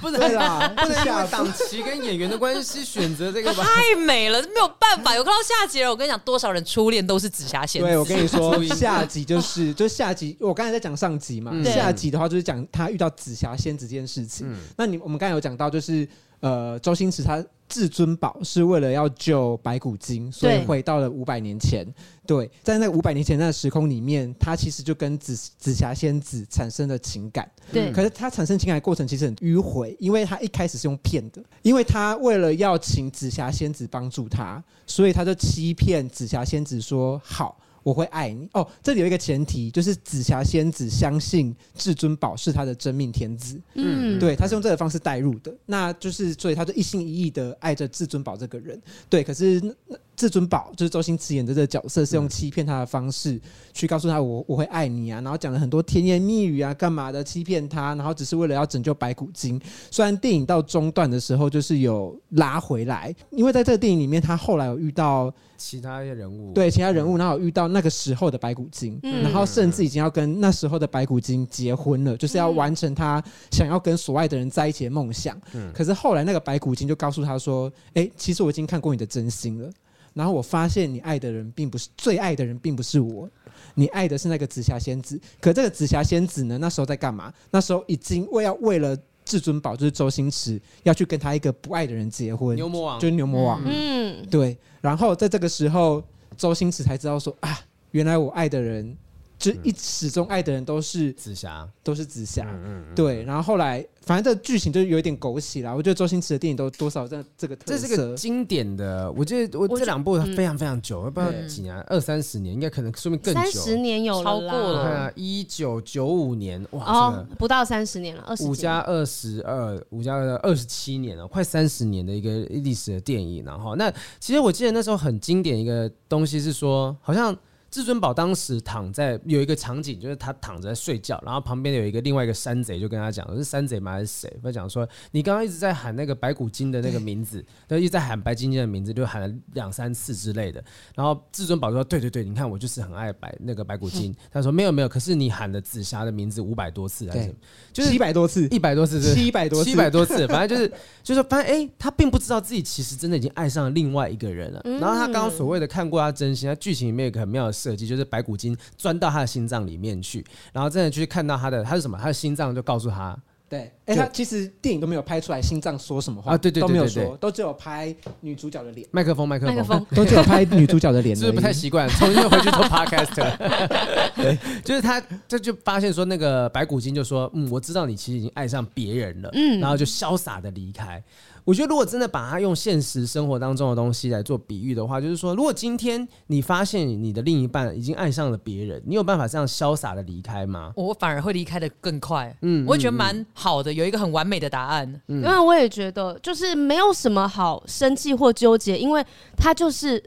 A: 不能
D: 对 啦，
A: 不能因
D: 下
A: 为档期跟演员的关系选择这个吧。
C: 太美了，没有办法。有看到下集了，我跟你讲，多少人初恋都是紫霞仙
D: 对，我
C: 子。
D: 跟你说，下集就是 就是下集，我刚才在讲上集嘛，
A: 嗯
D: 下集的话就是讲他遇到紫霞仙子这件事情。那你我们刚才有讲到，就是呃，周星驰他至尊宝是为了要救白骨精，所以
B: 对
D: 回到了五百年前。对，在那五百年前那个时空里面，他其实就跟紫紫霞仙子产生了情感。
B: 对，
D: 嗯可是他产生情感的过程其实很迂回，因为他一开始是用骗的，因为他为了要请紫霞仙子帮助他，所以他就欺骗紫霞仙子说好。我会爱你哦。这里有一个前提，就是紫霞仙子相信至尊宝是她的真命天子，
B: 嗯，
D: 对，他是用这个方式带入的。那就是，所以他就一心一意的爱着至尊宝这个人。对，可是那那至尊宝就是周星驰演的这个角色，是用欺骗他的方式去告诉他我我会爱你啊，然后讲了很多甜言蜜语啊，干嘛的，欺骗他，然后只是为了要拯救白骨精。虽然电影到中段的时候就是有拉回来，因为在这个电影里面，他后来有遇到
A: 其他一些人物，
D: 对其他人物，然后有遇到那个时候的白骨精，
B: 嗯
D: 然后甚至已经要跟那时候的白骨精结婚了，就是
B: 嗯
D: 要完成他想要跟所爱的人在一起的梦想。可是后来那个白骨精就告诉他说：“哎、其实我已经看过你的真心了。”然后我发现你爱的人并不是最爱的人，并不是我，你爱的是那个紫霞仙子。可这个紫霞仙子呢，那时候在干嘛？那时候已经为要为了至尊宝就是周星驰要去跟他一个不爱的人结婚，
A: 牛魔王
D: 就是牛魔王。
B: 嗯，
D: 对，然后在这个时候，周星驰才知道说啊，原来我爱的人，就一始终爱的人都是
A: 紫霞，
D: 都是紫霞。
A: 嗯嗯，
D: 对，然后后来反正这剧情就有一点狗血啦。我觉得周星驰的电影都多少这这个特
A: 这
D: 色，
A: 是个经典的，我觉得我
C: 我
A: 这
C: 觉
A: 两部
B: 嗯
A: 非常非常久，不知道几年，二三十年，应该可能说明更
B: 三
A: 久。
B: 十年有
C: 超
B: 了啦，
C: 过
A: 我看
C: 了
A: 啊，一九九五年，哇，这
B: 哦
A: 个，
B: 不到三十年了，二十
A: 五加二十二，五加二二十七年了，快三十年的一个历史的电影。然后，那其实我记得那时候很经典一个东西是说，好像至尊宝当时躺在有一个场景，就是他躺着在睡觉，然后旁边有一个另外一个山贼就跟他讲，是山贼吗还是谁？他讲说，你刚刚一直在喊那个白骨精的那个名字，就一直在喊白晶晶的名字，就喊了两三次之类的。然后至尊宝说：“对对对，你看我就是很爱白那个白骨精。”他说：“没有没有，可是你喊了紫霞的名字五百多次还是什么？就是
D: 七百多次，
A: 一百多次，
D: 七百多次，
A: 七百多次，反正就是就是发现，哎、他并不知道自己其实真的已经爱上了另外一个人了。
D: 嗯
A: 然后他刚刚所谓的看过他真心，他剧情里面有一个很妙的设计，就是白骨精钻到他的心脏里面去，然后真的去看到他的他是什么，他的心脏就告诉他，
D: 对，哎，
A: 就
D: 他其实电影都没有拍出来心脏说什么话
A: 啊对对对
D: 都没有
A: 对对，
D: 说，都只有拍女主角的脸
A: 麦克风麦克
B: 麦克
A: 风。
B: 风，
D: 都只有拍女主角的脸
A: 是不是不太习惯？重新回去 做 podcast，对，就是他，这就发现说那个白骨精就说，嗯，我知道你其实已经爱上别人了，
B: 嗯
A: 然后就潇洒的离开。我觉得，如果真的把它用现实生活当中的东西来做比喻的话，就是说，如果今天你发现你的另一半已经爱上了别人，你有办法这样潇洒的离开吗？
C: 我反而会离开的更快。嗯，我会觉得蛮好的，有一个很完美的答案。
B: 因为我也觉得就是没有什么好生气或纠结，因为他就是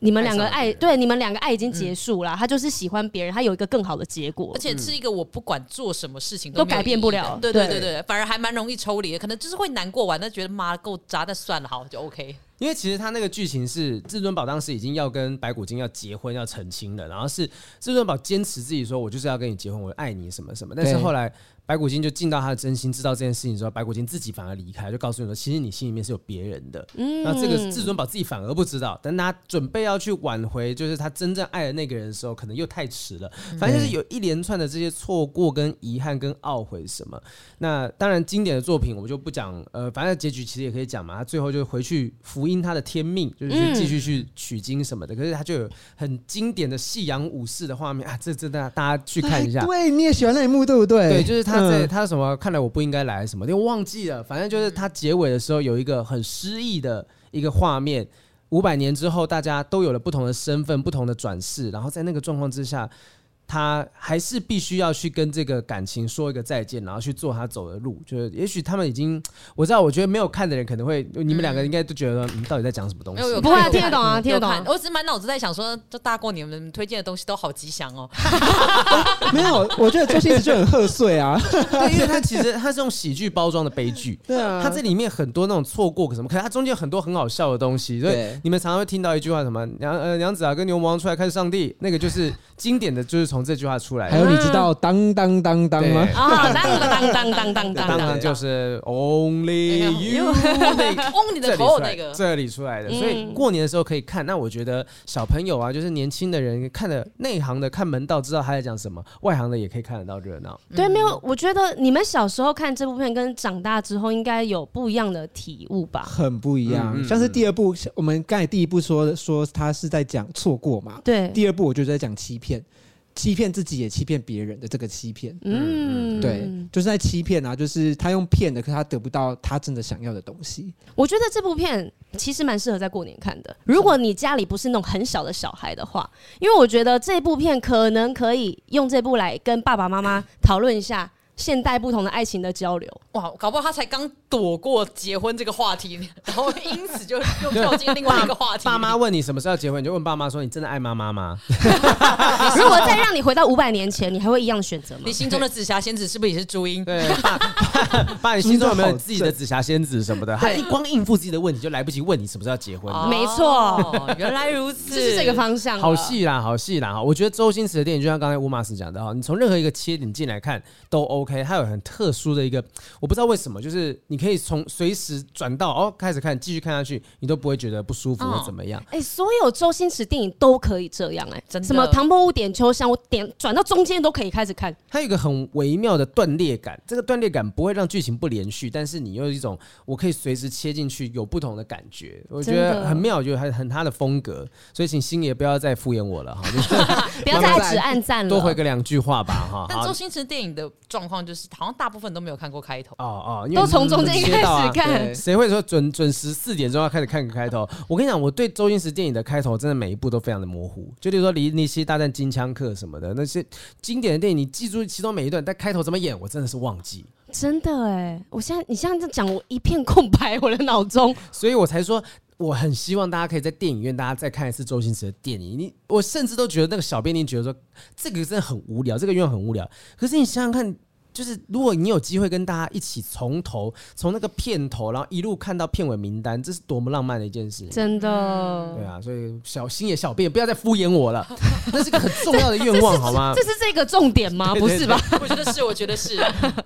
B: 你们两个
A: 爱上了别
B: 爱，
A: 人
B: 对，你们两个爱已经结束了，他就是喜欢别人，他有一个更好的结果
C: 而。且是一个我不管做什么事情
B: 都
C: 没有
B: 改变不了
C: 意义的对对
B: 对
C: 对对，反而还蛮容易抽离的，可能就是会难过完，但觉得妈够渣，那算了，好就 OK。
A: 因为其实他那个剧情是至尊宝当时已经要跟白骨精要结婚要成亲了，然后是至尊宝坚持自己说，我就是要跟你结婚，我爱你什么什么。但是
D: 对
A: 后来白骨精就尽到他的真心，知道这件事情之后，白骨精自己反而离开，就告诉你说，其实你心里面是有别人的。
B: 嗯
A: 那这个至尊宝自己反而不知道，等他哎准备要去挽回，就是他真正爱的那个人的时候，可能又太迟了。反正就是有一连串的这些错过、跟遗憾、跟懊悔什么。那当然，经典的作品我们就不讲，呃，反正结局其实也可以讲嘛。他最后就回去福音他的天命，就是去继续去取经什么的。可是他就有很经典的夕阳武士的画面啊，这真的大家去看一下。
D: 对，你也喜欢那一幕，对不对？
A: 对，就是他在、
D: 嗯
A: 他什么看来我不应该来什么，因为忘记了，反正就是他结尾的时候有一个很诗意的一个画面。五百年之后，大家都有了不同的身份、不同的转世，然后在那个状况之下，他还是必须要去跟这个感情说一个再见，然后去做他走的路。就是也许他们已经，我知道，我觉得没有看的人可能会，你们两个应该都觉得，嗯你、到底在讲什么东西
C: 没？有哎有
B: 不会啊
C: 看
B: 听得懂啊
C: 有
B: 听得懂啊
C: 看我只是满脑子在想说，这大过年你们推荐的东西都好吉祥哦。
D: 没有，我觉得周星驰就很贺 岁啊，
A: 对，因为他其实他是用喜剧包装的悲剧。
D: 对啊，
A: 它这里面很多那种错过什么，可是它中间有很多很好笑的东西，所以
D: 对
A: 你们常常会听到一句话什么娘呃娘子啊跟牛魔王出来看上帝，那个就是经典的，就是从这句话出来的。
D: 还有你知道当当当当吗？
A: 哎对
B: 啊，当当当当当
A: 当
B: 当
A: 然
B: 当，
A: 就是 Only
C: 哎呦
A: You 那个
C: 嗡 你
A: 这
C: 的
A: 里出
C: 口
A: 来
C: 那个，
A: 这里出来的，所以
B: 嗯
A: 过年的时候可以看。那我觉得小朋友啊，就是年轻的人看的内行的看门道，知道他在讲什么；外行的也可以看得到热闹。
B: 对，没有，我觉得你们小时候看这部片跟长大之后应该有不一样的体悟吧？
D: 很不一样，
A: 嗯嗯
D: 像是第二部，我们刚才第一部说的说他是在讲错过嘛，
B: 对，
D: 第二部我就在讲欺骗，欺骗自己也欺骗别人的这个欺骗，
B: 嗯，
D: 对，就是在欺骗啊，就是他用骗的，可是他得不到他真的想要的东西。
B: 我觉得这部片其实蛮适合在过年看的。如果你家里不是那种很小的小孩的话，因为我觉得这部片可能可以用这部来跟爸爸妈妈讨论一下现代不同的爱情的交 流。
C: 哇，搞不好他才刚躲过结婚这个话题，然后因此就又跳进另外一个话题。
A: 爸妈问你什么时候要结婚，你就问爸妈说：“你真的爱妈妈吗
B: 如果再让你回到五百年前，你还会一样选择吗
C: 你？心中的紫霞仙子是不是也是朱茵？”？
A: 对， 爸爸，爸，你心中有没有自己的紫霞仙子什么的？他一光应付自己的问题，就来不及问你什么时候要结婚。
C: 哦
B: 没错，
C: 原来如 此，
B: 就是这个方向了。
A: 好戏啦，好戏啦！哈，我觉得周星驰的电影就像刚才乌马斯讲的哈，你从任何一个切点进来看都 OK，它有很特殊的一个，我不知道为什么，就是你可以从随时转到哦开始看，继续看下去，你都不会觉得不舒服
C: 嗯
A: 或怎么样。
B: 哎、所有周星驰电影都可以这样哎、
C: 真的
B: 什么《唐伯虎点秋香》，我点转到中间都可以开始看。
A: 它有一个很微妙的断裂感，这个断裂感不会让剧情不连续，但是你又有一种我可以随时切进去，有不同的感觉，我觉
B: 真
A: 得
B: 的
A: 很妙，我觉得很很他的风格，所以请星爷不要再敷衍我 了哈，
B: 不要
A: 慢慢
B: 再
A: 来
B: 只按赞了。
A: 多回个两句话吧 哈。
C: 但
A: 好
C: 周星驰电影的状况就是，好像大部分都没有看过开头。
A: 哦哦，因为
B: 都从中间
A: 你
B: 开
A: 切到啊
B: 始看
D: 对，
A: 谁会说准准时四点钟要开始看个开头？我跟你讲，我对周星驰电影的开头真的每一部都非常的模糊。就例如说《离离奇大战金枪客》什么的那些经典的电影，你记住其中每一段，但开头怎么演，我真的是忘记，
B: 真的哎！我现在你现在这讲，我一片空白，我的脑中。
A: 所以我才说。我很希望大家可以在电影院，大家再看一次周星驰的电影。你我甚至都觉得那个小编，你觉得说这个真的很无聊，这个愿望很无聊。可是你想想看，就是如果你有机会跟大家一起从头从那个片头，然后一路看到片尾名单，这是多么浪漫的一件事。
B: 真的
A: 对，啊，所以小星也小便不要再敷衍我了，那是个很重要的愿望，好吗
B: 这？是这个重点吗？
A: 对
B: 不
A: 对
B: 是吧？
C: 我觉得是，我觉得是。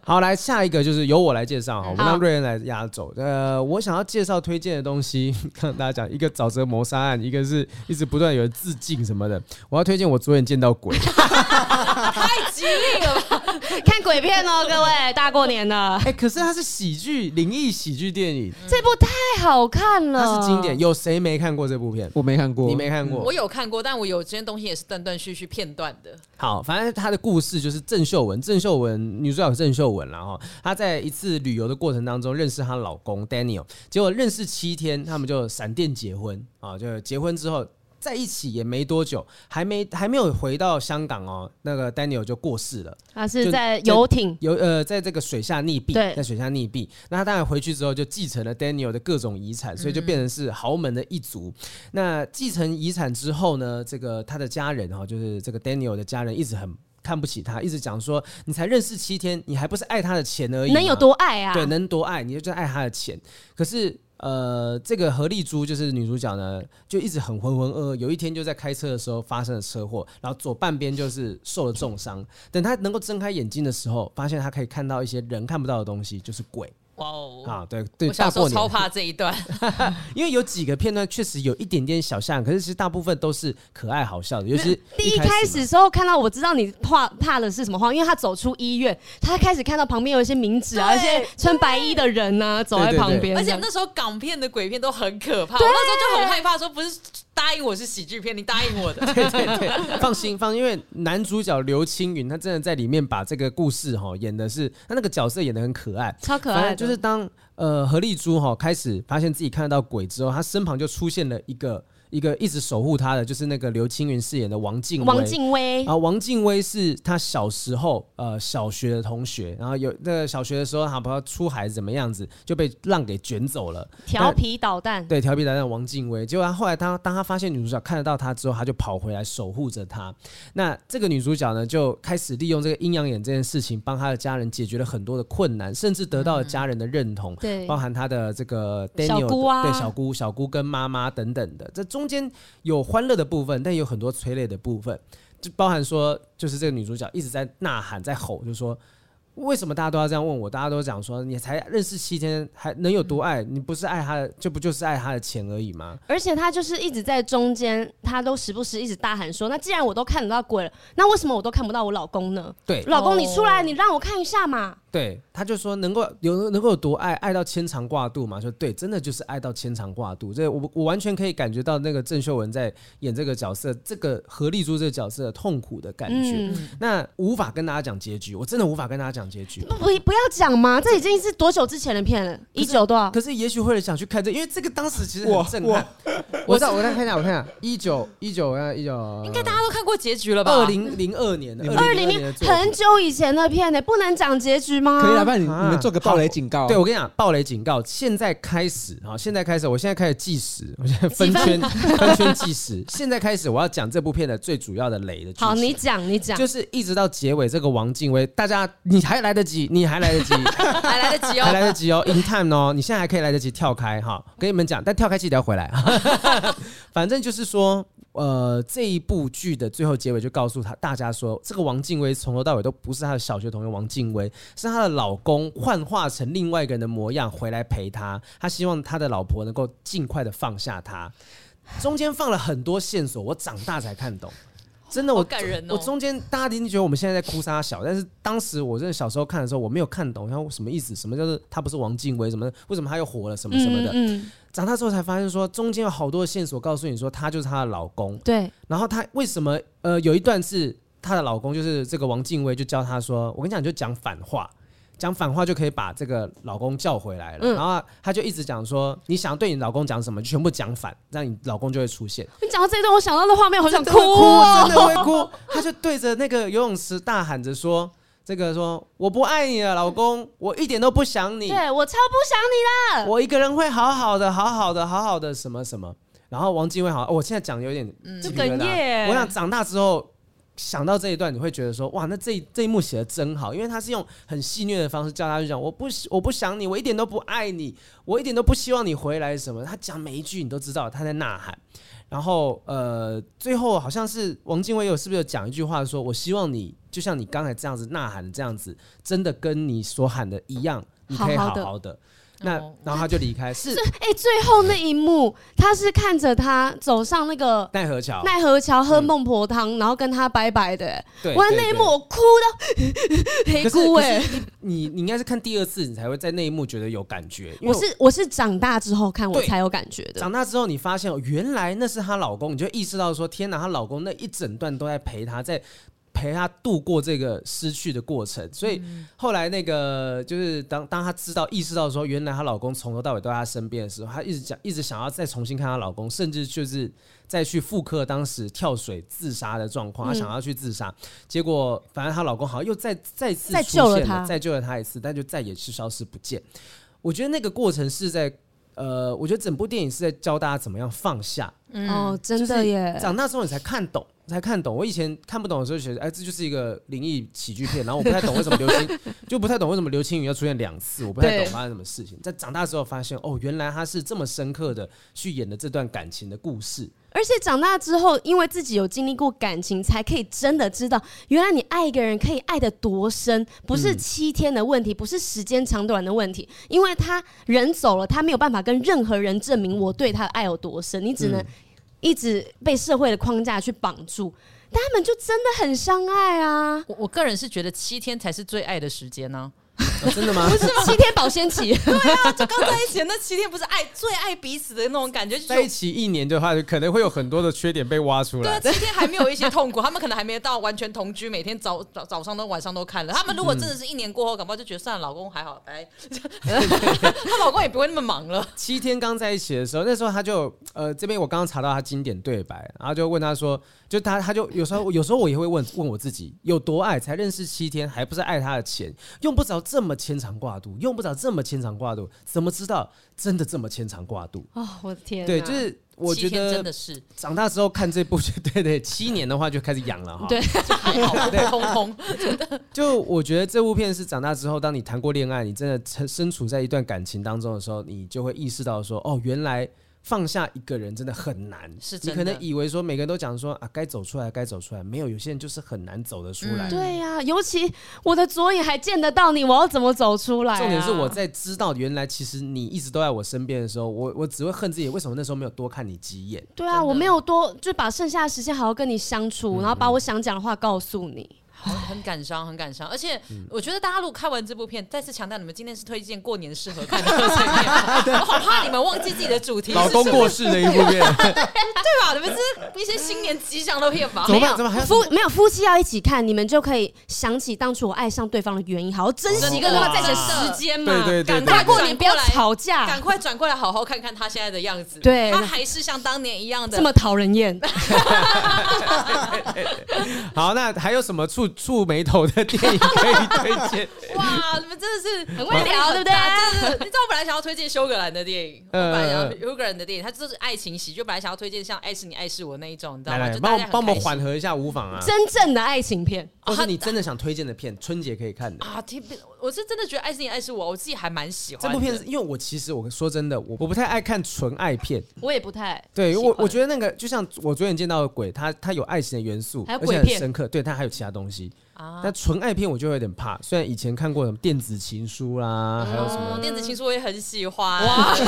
A: 好，来下一个就是由我来介绍哈，我们
B: 好
A: 让瑞恩来压轴。呃，我想要介绍推荐的东西， 跟大家讲，一个沼泽谋杀案，一个是一直不断有人自尽什么的。我要推荐我昨天见到鬼，
B: 看鬼片哦，各位，大过年的，
A: 哎、可是它是喜剧灵异喜剧电影，嗯
B: 这部太好看了，
A: 它是经典，。有谁没看过这部片？
D: 我没看过，
A: 你没看过？
C: 我有看过，但我有这些东西也是断断续续片段的。
A: 好，反正他的故事就是郑秀文，郑秀文女主角是郑秀文啦，然后她在一次旅游的过程当中认识她老公 Daniel，结果认识七天，他们就闪电结婚啊，就结婚之后。在一起也没多久，还没还没有回到香港哦，那个 Daniel 就过世了。
B: 它是在游艇，
A: 有呃，在这个水下溺毙，
B: 对
A: 在水下溺毙。那他当然回去之后就继承了 Daniel 的各种遗产，所
B: 嗯
A: 以就变成是豪门的一族。那继承遗产之后呢，这个他的家人哈、就是这个 Daniel 的家人一直很。看不起他，一直讲说你才认识七天，你还不是爱他的钱而已吗，
B: 能有多爱啊？
A: 对，能多爱你就真爱他的钱。可是呃，这个何丽珠就是女主角呢，就一直很浑浑噩噩。有一天就在开车的时候发生了车祸，然后左半边就是受了重伤。等她能够睁开眼睛的时候，发现她可以看到一些人看不到的东西，就是鬼
C: 哇哦！
A: 啊！对对，
C: 我
A: 大
C: 小时
A: 过
C: 候
A: 年
C: 超怕这一段，
A: 因为有几个片段确实有一点点小吓人，可是其实大部分都是可爱好笑的，尤其是
B: 第一
A: 开
B: 开
A: 嘛
B: 始时候看到，我知道你怕怕的是什么慌，因为他走出医院，他开始看到旁边有一些名纸啊，一
C: 对
B: 些穿白衣的人呢，走在
A: 对对
B: 旁边，
C: 而且那时候港片的鬼片都很可怕，我那时候就很害怕，说不是答应我是喜剧片，你答应我的，
A: 对 对对，放心放心，因为男主角刘青云他真的在里面把这个故事哈、演的是他那个角色演的很可爱，
B: 超可
A: 反
B: 爱
A: 正
B: 的，
A: 就是当呃何丽珠哈、开始发现自己看得到鬼之后，她身旁就出现了一个一个一直守护她的，就是那个刘青云饰演的王静
B: 王
A: 薇
B: 静薇
A: 啊，王静薇是她小时候呃小学的同学，然后有那个小学的时候，她不知道出海怎么样子就被浪给卷走了。
B: 调皮捣蛋，
A: 对，调皮捣蛋的王静薇。结果她后来当当她发现女主角看得到她之后，她就跑回来守护着她。那这个女主角呢，就开始利用这个阴阳眼这件事情，帮她的家人解决了很多的困难，甚至得到了家人的认同。
B: 对
A: 包含她的这个 Daniel
B: 小姑啊
A: 对小姑、小姑跟妈妈等等的，这中间有欢乐的部分，但也有很多催泪的部分，就包含说，就是这个女主角一直在呐喊、在吼，就说为什么大家都要这样问我？大家都讲说，你才认识七天，还能有多爱？你不是爱他的，就不就是爱他的钱而已吗？
B: 而且他就是一直在中间，他都时不时一直大喊说：“那既然我都看得到鬼了，那为什么我都看不到我老公呢？
A: 对
B: 老公，你出来，
C: 哦
B: 你让我看一下嘛。
A: 对，他就说能够有能够有多爱，爱到牵肠挂肚嘛。说对，真的就是爱到牵肠挂肚。这我我完全可以感觉到那个郑秀文在演这个角色，这个何丽珠这个角色的痛苦的感觉。
B: 嗯，
A: 那无法跟大家讲结局，我真的无法跟大家讲结局。
B: 不不不要讲嘛，这已经是多久之前的片了？一九多少？
A: 可是也许会想去看这，因为这个当时其实
D: 我
A: 很震撼。我知道，我再看一下，我看一下，一九一九啊，一九
C: 应该大家都看过结局了吧？
A: 二零零二年的
B: 二
A: 2002
B: 零
A: 年的
B: 零
A: 作品
B: 很久以前的片呢、不能讲结局吗？
D: 可以啦，不然你
A: 啊
D: 你们做个暴雷警告。
A: 对，我跟你讲，暴雷警告，现在开始啊！现在开始，我现在开始计时，我现在分圈分圈计时。 现在开始，我要讲这部片的最主要的雷的剧情。
B: 好，你讲，你讲，
A: 就是一直到结尾，这个王静薇，大家你还来得及，你还来得及，
C: 还来得及
A: 还
C: 哦。
A: 来得及哦，in time 哦，你现在还可以来得及跳开哈。跟你们讲，但跳开记得要回来。 反正就是说，呃，这一部剧的最后结尾就告诉他大家说，这个王静薇从头到尾都不是她的小学同学王静薇，是她的老公幻化成另外一个人的模样回来陪她。他希望他的老婆能够尽快的放下他。中间放了很多线索，我长大才看懂。真的我
C: 好感人哦
A: 我中间大家一定觉得我们现在在哭杀小，但是当时我真的小时候看的时候，我没有看懂，然后什么意思？什么叫做他不是王靖薇？什么为什么他又火了？什么什么的？
B: 嗯，
A: 长大之后才发现说，中间有好多线索告诉你说，她就是她的老公。
B: 对，
A: 然后她为什么呃有一段是她的老公就是这个王靖薇就教她说，我跟你讲你就讲反话，讲反话就可以把这个老公叫回来了。
B: 嗯
A: 然后她就一直讲说，你想对你老公讲什么，就全部讲反，让你老公就会出现。
B: 你讲到这一段，我想到的画面好想
A: 真的会哭，啊
B: 哦、
A: 真的会哭。她就对着那个游泳池大喊着说。这个说我不爱你了，老公，我一点都不想你。
B: 对我超不想你了。
A: 我一个人会好好的，好好的，好好的，什么什么。然后王静会好，哦我现在讲有点鸡皮疙瘩
B: 嗯就哽咽
A: 我想长大之后想到这一段，你会觉得说，哇，那这一这一幕写的真好，因为他是用很戏谑的方式叫他去讲，我不喜我不想你，我一点都不爱你，我一点都不希望你回来什么。他讲每一句你都知道他在呐喊。然后呃，最后好像是王静薇有是不是有讲一句话说，我希望你就像你刚才这样子呐喊，这样子真的跟你所喊的一样，你可以
B: 好
A: 好
B: 好地
A: 好的。那
C: 哦
A: 然后他就离开，是
B: 哎、最后那一幕，他是看着他走上那个
A: 奈何桥。
B: 奈何桥喝孟婆汤，然后跟他拜拜的、哎
A: 对，
B: 我在
A: 对
B: 那一
A: 对
B: 幕我哭到 黑
A: 可是
B: 哭哎、
A: 可是你你应该是看第二次，你才会在那一幕觉得有感觉。因为
B: 我是我是长大之后看我
A: 对
B: 才有感觉的，
A: 长大之后，你发现哦，原来那是她老公，你就意识到说，天哪，她老公那一整段都在陪她，在陪她度过这个失去的过程。所以后来那个就是当当她知道意识到说，原来她老公从头到尾都在她身边的时候，她一直讲一直想要再重新看她老公，甚至就是再去复刻当时跳水自杀的状
B: 嗯
A: 况，她想要去自杀，结果反正她老公好像又再再次
B: 再
A: 出
B: 救了
A: 现
B: 她
A: 再救了她一次，但就再也是消失不见。我觉得那个过程是在呃，我觉得整部电影是在教大家怎么样放下。嗯
B: 哦，真的耶，
A: 长大之后你才看懂，才看懂。我以前看不懂的时候，觉得哎，这就是一个灵异喜剧片，然后我不太懂为什么刘 青，就不太懂为什么刘青云要出现两次，我不太
B: 对
A: 懂发生什么事情。在长大之后发现，哦，原来他是这么深刻的去演的这段感情的故事。
B: 而且长大之后，因为自己有经历过感情，才可以真的知道，原来你爱一个人可以爱的多深，不是七天的问题，不是时间长短的问题，因为他人走了，他没有办法跟任何人证明我对他的爱有多深，你只能一直被社会的框架去绑住。但他们就真的很相爱啊，
C: 我我个人是觉得七天才是最爱的时间
A: 哦
C: 呢、
A: 真的吗？
B: 七天保鲜期，
C: 就刚在一起的那七天，不是爱最爱彼此的那种感觉，就
A: 在一起一年的话，可能会有很多的缺点被挖出
C: 对啊，
A: 来。
C: 七天还没有一些痛苦，他们可能还没到完全同居，每天早早早上都晚上都看了。他们如果真的是一年过后，搞不好就觉得算了，老公还好，哎，她老公也不会那么忙了。
A: 七天刚在一起的时候，那时候他就呃，这边我刚刚查到他经典对白，然后就问他说，就他他就有时候有时候我也会问问我自己，有多爱才认识七天，还不是爱他的钱，用不着这么牵肠挂肚，用不着这么牵肠挂肚，怎么知道真的这么牵肠挂肚？
B: 哦，我的天、
A: 对，就。是我觉
C: 七天真
A: 得
C: 的是
A: 长大之后看这部，对对，七年的话就开始痒了哈。
B: 对
C: 还好，普普通通。
A: 就我觉得这部片是长大之后，当你谈过恋爱，你真的身身处在一段感情当中的时候，你就会意识到说，哦，原来放下一个人真的很难。
C: 是
A: 你
C: 真
A: 可
C: 的
A: 能以为说每个人都讲说啊，该走出来，该走出来，没有，有些人就是很难走得出来。
C: 啊
B: 对呀、尤其我的左眼还见得到你，我要怎么走出来、啊？
A: 重点是我在知道原来其实你一直都在我身边的时候，我我只会恨自己为什么那时候没有多看你几眼。
B: 对啊，我没有多，就把剩下的时间好好跟你相处，
A: 嗯
B: 然后把我想讲的话告诉你。
C: 很很感伤，很感伤。而且我觉得大家如果看完这部片，再次强调，你们今天是推荐过年适合看的这部片我好怕你们忘记自己的主题，
A: 老公
C: 是
A: 过世的一部片，
C: 对吧？你们是一些新年吉祥的片吧
A: 嗯怎？么
B: 没有
A: 办？怎么还有
B: 夫没有夫妻要一起看，你们就可以想起当初我爱上对方的原因，好好珍惜跟他在一起的时间嘛。
A: 对对对对
B: 赶快过年，
C: 转
B: 不
C: 过来
B: 要吵架
C: 赶，快转过来，好好看看他现在的样子。
B: 对
C: 他还是像当年一样的
B: 这。么讨人厌。
A: 好，那还有什么触触眉头的电影可以推荐？
C: 哇，你们真的是很
B: 会聊对不对
C: 真的是你知道我本来想要推荐修格兰的电影，我
A: 嗯
C: 本来想要修格兰的电影，它就是爱情喜剧，就本来想要推荐像《爱是你爱是我》 那一种，你知
A: 来
C: 道吗？
A: 来，
C: 就
A: 帮
C: 大
A: 我
C: 家很
A: 帮我们
C: 开心
A: 缓和一下无妨啊。
B: 真正的爱情片，
A: 或是你真的想推荐的片，春节可以看的。
C: 啊！天，我是真的觉得《爱是你爱是我》，我自己还蛮喜欢
A: 这
C: 的
A: 部片是因为我其实我说真的，我我不太爱看纯爱片，
B: 我也不太
A: 对
B: 喜
A: 我
B: 欢
A: 我觉得那个就像我昨天见到的鬼，它它有爱情的元素，
B: 还有
A: 而且
B: 鬼
A: 很
B: 片
A: 深刻，对它还有其他东西，
C: 啊。
A: 但纯爱片我就有点怕，虽然以前看过什么电子情书啦，还有什么
C: 哦，电子情书我也很喜 欢。哇，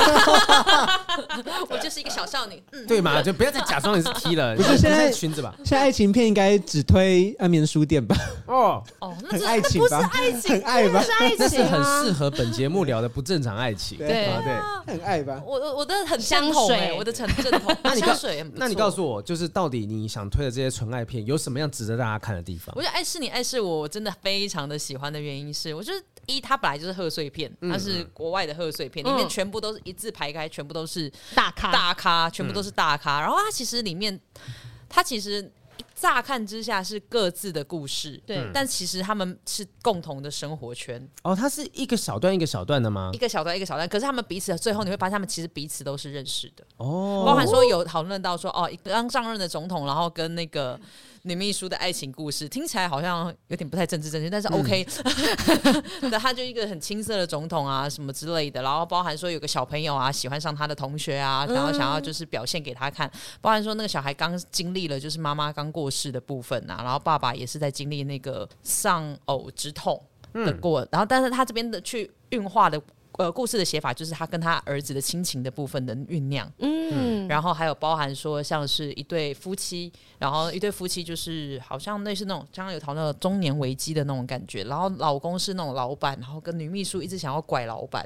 C: 我就是一个小少女。嗯，
A: 对嘛，就不要再假装你是 T 了，
D: 不是
A: 你
D: 现在
A: 是裙子吧？
D: 现在爱情片应该只推安眠书店吧，
A: 哦，
C: 哦，那
D: 很
C: 这
D: 爱情吧，很爱吧
B: 这，是爱
A: 那是
B: 情
A: 很适
B: 啊。
A: 合本节目聊的不正常爱情。
D: 对
A: 啊对。
D: 很爱吧。
C: 我我我的很
B: 香
C: 正统
B: 水
C: 哎，我的很正统。
A: 那你告
C: 香水很不错
A: 那你告诉我，就是到底你想推的这些纯爱片有什么样值得大家看的地方
C: 我？觉得《爱是你，爱是我》，我真的非常的喜欢的原因是，我觉得一它本来就是贺岁片，
A: 嗯
C: 它是国外的贺岁片，里面
B: 嗯
C: 全部都是一字排开，全部都是
B: 大咖
C: 大咖，全部
A: 嗯
C: 都是大咖。然后它其实里面，它其实乍看之下是各自的故事，
B: 对嗯
C: 但其实他们是共同的生活圈，
A: 哦，它是一个小段一个小段的吗
C: 一？个小段一个小段。可是他们彼此最后你会发现，他们其实彼此都是认识的。
A: 哦，
C: 包含说有讨论到说哦，一个刚上任的总统，然后跟那个女秘书的爱情故事，听起来好像有点不太政治正确，但是 OK，、对，他就一个很青涩的总统啊，什么之类的，然后包含说有个小朋友啊喜欢上他的同学啊，然后想要就是表现给他看，包含说那个小孩刚经历了就是妈妈刚过世的部分啊，然后爸爸也是在经历那个丧偶之痛的过，然后但是他这边的去运化的。呃，故事的写法就是他跟他儿子的亲情的部分的酝酿，
B: 嗯，
C: 然后还有包含说像是一对夫妻，然后一对夫妻就是好像类似那种刚刚有讨论到中年危机的那种感觉，然后老公是那种老板，然后跟女秘书一直想要拐 老板，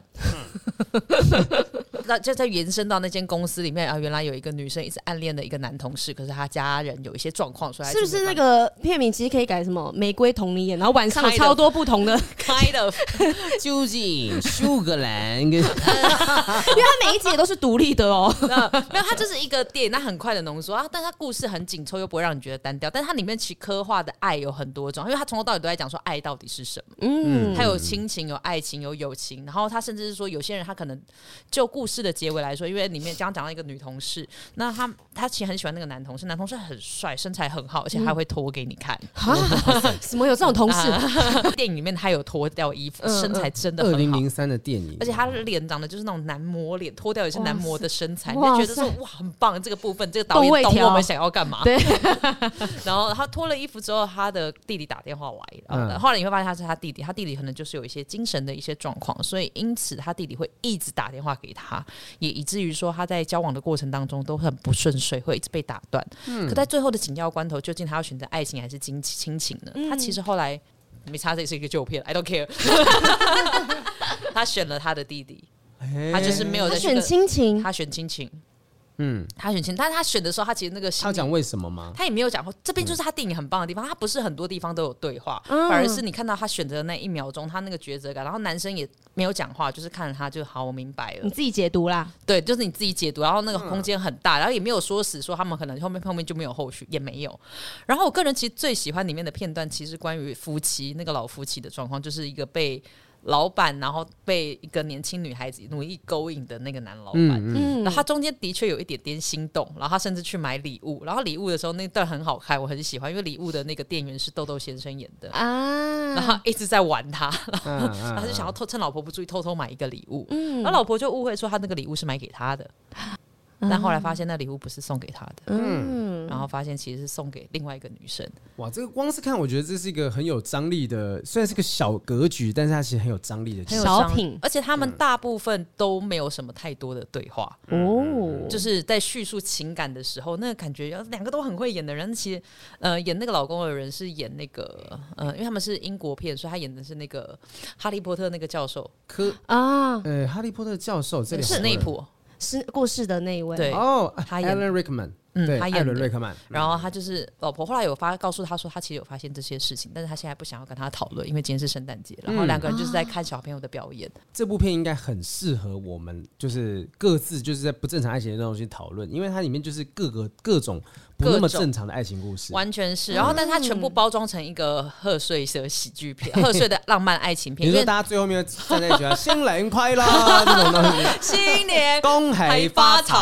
C: 那就再延伸到那间公司里面啊，原来有一个女生一直暗恋的一个男同事，可是他家人有一些状况，所
A: 嗯
C: 以她
B: 是不
C: 就是没
B: 那
C: 办
B: 个片名其实可以改什么玫瑰同你眼，然后晚上有
C: Kind of
B: 超多不同的， 因
C: 法 kind of
A: 究竟苏格兰 跟
B: 为它每一集也都是独立的 哦。
C: 那呃没有，它就是一个电影，它很快的浓缩啊，但它故事很紧凑，又不会让你觉得单调。但它里面其实刻画的爱有很多种，因为它从头到尾都在讲说爱到底是什么，
B: 嗯，
C: 它有亲情、有爱情、有友情。然后它甚至是说，有些人他可能就故事的结尾来说，因为里面刚刚讲到一个女同事，那她她其实很喜欢那个男同事，男同事很帅，身材很好，而且还会脱给你看。
B: 啊，什么有这种同事？
C: 啊 电影里面他有脱掉衣服，
B: 嗯
C: 身材真的
A: 二
C: 很
A: 零
C: 好。
A: 零三的电影，
C: 而且他的脸长得就是那种男模脸，脱掉也是男模的身材，你
B: 哇
C: 就
B: 塞
C: 觉得说哇很棒，这个部分这个导
B: 动位
C: 演懂
B: 条
C: 我们想要干嘛。
B: 对，
C: 然后他脱了衣服之后，他的弟弟打电话来，然后
A: 嗯
C: 后来你会发现他是他弟弟，他弟弟可能就是有一些精神的一些状况，所以因此他弟弟会一直打电话给他，也以至于说他在交往的过程当中都很不顺遂，会一直被打断。
B: 嗯
C: 可在最后的紧要关头，究竟他要选择爱情还是亲亲情呢？他
B: 嗯
C: 其实后来没差，这也是一个旧片，I don't care。他选了他的弟弟，
A: 哎
C: 他就是没有
B: 他
C: 再去
B: 选
C: 跟
B: 亲情，
C: 他选亲情，
A: 嗯，
C: 他选亲，但是他选的时候，他其实那个心
A: 他
C: 里
A: 讲为什么吗？
C: 他也没有讲过，这边就是他电影很棒的地方，他不是很多地方都有对话，
B: 嗯
C: 反而是你看到他选择的那一秒钟，他那个抉择感，然后男生也没有讲话，就是看着他就好，我明白了
B: 你，自己解读啦。
C: 对，就是你自己解读，然后那个空间很大，然后也没有说死说他们可能后面后面就没有后续，也没有。然后我个人其实最喜欢里面的片段，其实关于夫妻那个老夫妻的状况，就是一个被。老板，然后被一个年轻女孩子努力勾引的那个男老板，
A: 嗯嗯，
B: 嗯
C: 然后，他中间的确有一点点心动，然后他甚至去买礼物，然后礼物的时候那段很好看，我很喜欢，因为礼物的那个店员是豆豆先生演的，然后
B: 啊，
C: 他一直在玩他，然后
A: 嗯嗯
C: 他就想要偷趁老婆不注意偷偷买一个礼物，
B: 嗯
C: 然后老婆就误会说他那个礼物是买给他的，但后来发现那礼物不是送给他的，
B: 嗯，
C: 然后发现其实是送给另外一个女生，
A: 哇，这个光是看，我觉得这是一个很有张力的，虽然是个小格局，但是它其实很有张力的
C: 很
A: 剧。
C: 有
B: 小
C: 张
B: 品
C: 而且他
A: 嗯
C: 们大部分都没有什么太多的对话，
A: 嗯
B: 哦，
C: 就是在叙述情感的时候，那个感觉，呃两个都很会演的人，其实呃，演那个老公的人是演那个呃，因为他们是英国片，所以他演的是那个哈利波特那个教授
A: 科
B: 啊，
A: 呃，哈利波特教授这里
C: 史内普，
B: 是过世的那一位，
C: 对
A: 哦
C: 他演
A: ，Alan Rickman，
C: 嗯
A: 对，
C: 他演的
A: Alan Rickman，
C: 然后他就是老婆，后来有发告诉他说，他其实有发现这些事情，但是他现在不想要跟他讨论，因为今天是圣诞节，然
A: 嗯
C: 后两个人就是在看小朋友的表演，
A: 这部片应该很适合我们，就是各自就是在不正常爱情的东西讨论，因为它里面就是各个各种不那么
C: 各种
A: 正常的爱情故事。
C: 完全是，
A: 嗯
C: 然后但是他全部包装成一个贺岁的喜剧 片，贺岁的浪漫爱情
A: 比
C: 片，
A: 如
C: 因
A: 说
C: 为
A: 大家最后面站在一起啊，新年快乐这种东西，
C: 新 年
A: 恭喜发财。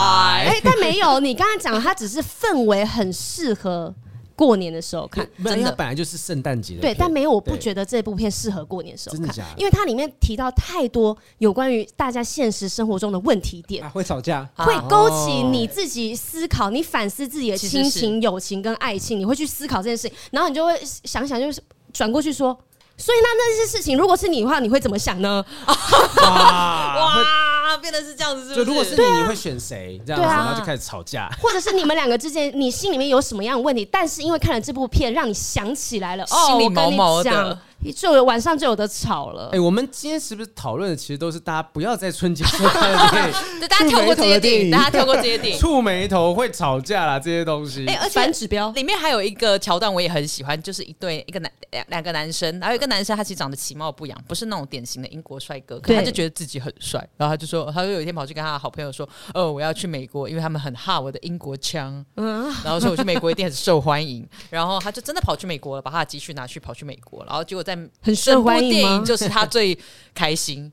B: 哎，但没有，你刚才讲它只是氛围很适合过年的时候看，
A: 没有，
C: 真
A: 因为
C: 的
A: 它本来就是圣诞节的片。
B: 对，但没有，我不
A: 对
B: 觉得这部片适合过年的时候
A: 真的
B: 看
A: 假的，
B: 因为它里面提到太多有关于大家现实生活中的问题点
D: 啊，。会吵架，
C: 啊
B: 会勾起你自己思考，你反思自己的
C: 其
B: 亲
C: 实是
B: 情、友情跟爱情，你会去思考这件事情，然后你就会想想，就是转过去说。所以那那些事情，如果是你的话，你会怎么想 呢？
A: 哇！
C: 哇，变得是这样子，是不？
A: 就是如果是你，你会选谁？这样子，
B: 对啊
A: 然后就开始吵架。
B: 或者是你们两个之间，你心里面有什么样的问题？但是因为看了这部片，让你想起来了，哦，
C: 心里
B: 我跟
C: 毛
B: 你
C: 毛的
B: 讲，就有晚上就有的吵了
A: 哎、。我们今天是不是讨论的其实都是大家不要在春节时候看的电影，
C: 对大家跳过这些电影，大家跳过这些电 影。
A: 触眉头会吵架啦这些东西。
C: 哎、而且
B: 反指标，
C: 里面还有一个桥段我也很喜欢，就是一对一个男两两个男生，然后有一个男生他其实长得其貌不扬，不是那种典型的英国帅哥，可
B: 对
C: 他就觉得自己很帅，然后他就说，他就有一天跑去跟他的好朋友说，哦，我要去美国，因为他们很哈我的英国腔，
B: 嗯，
C: 然后说我去美国一定很受欢迎，然后他就真的跑去美国了，把他的积蓄拿去跑去美国，然后结果在
B: 很
C: 整
B: 受
C: 部
B: 欢
C: 电
B: 迎吗
C: 影？就是他最 开心，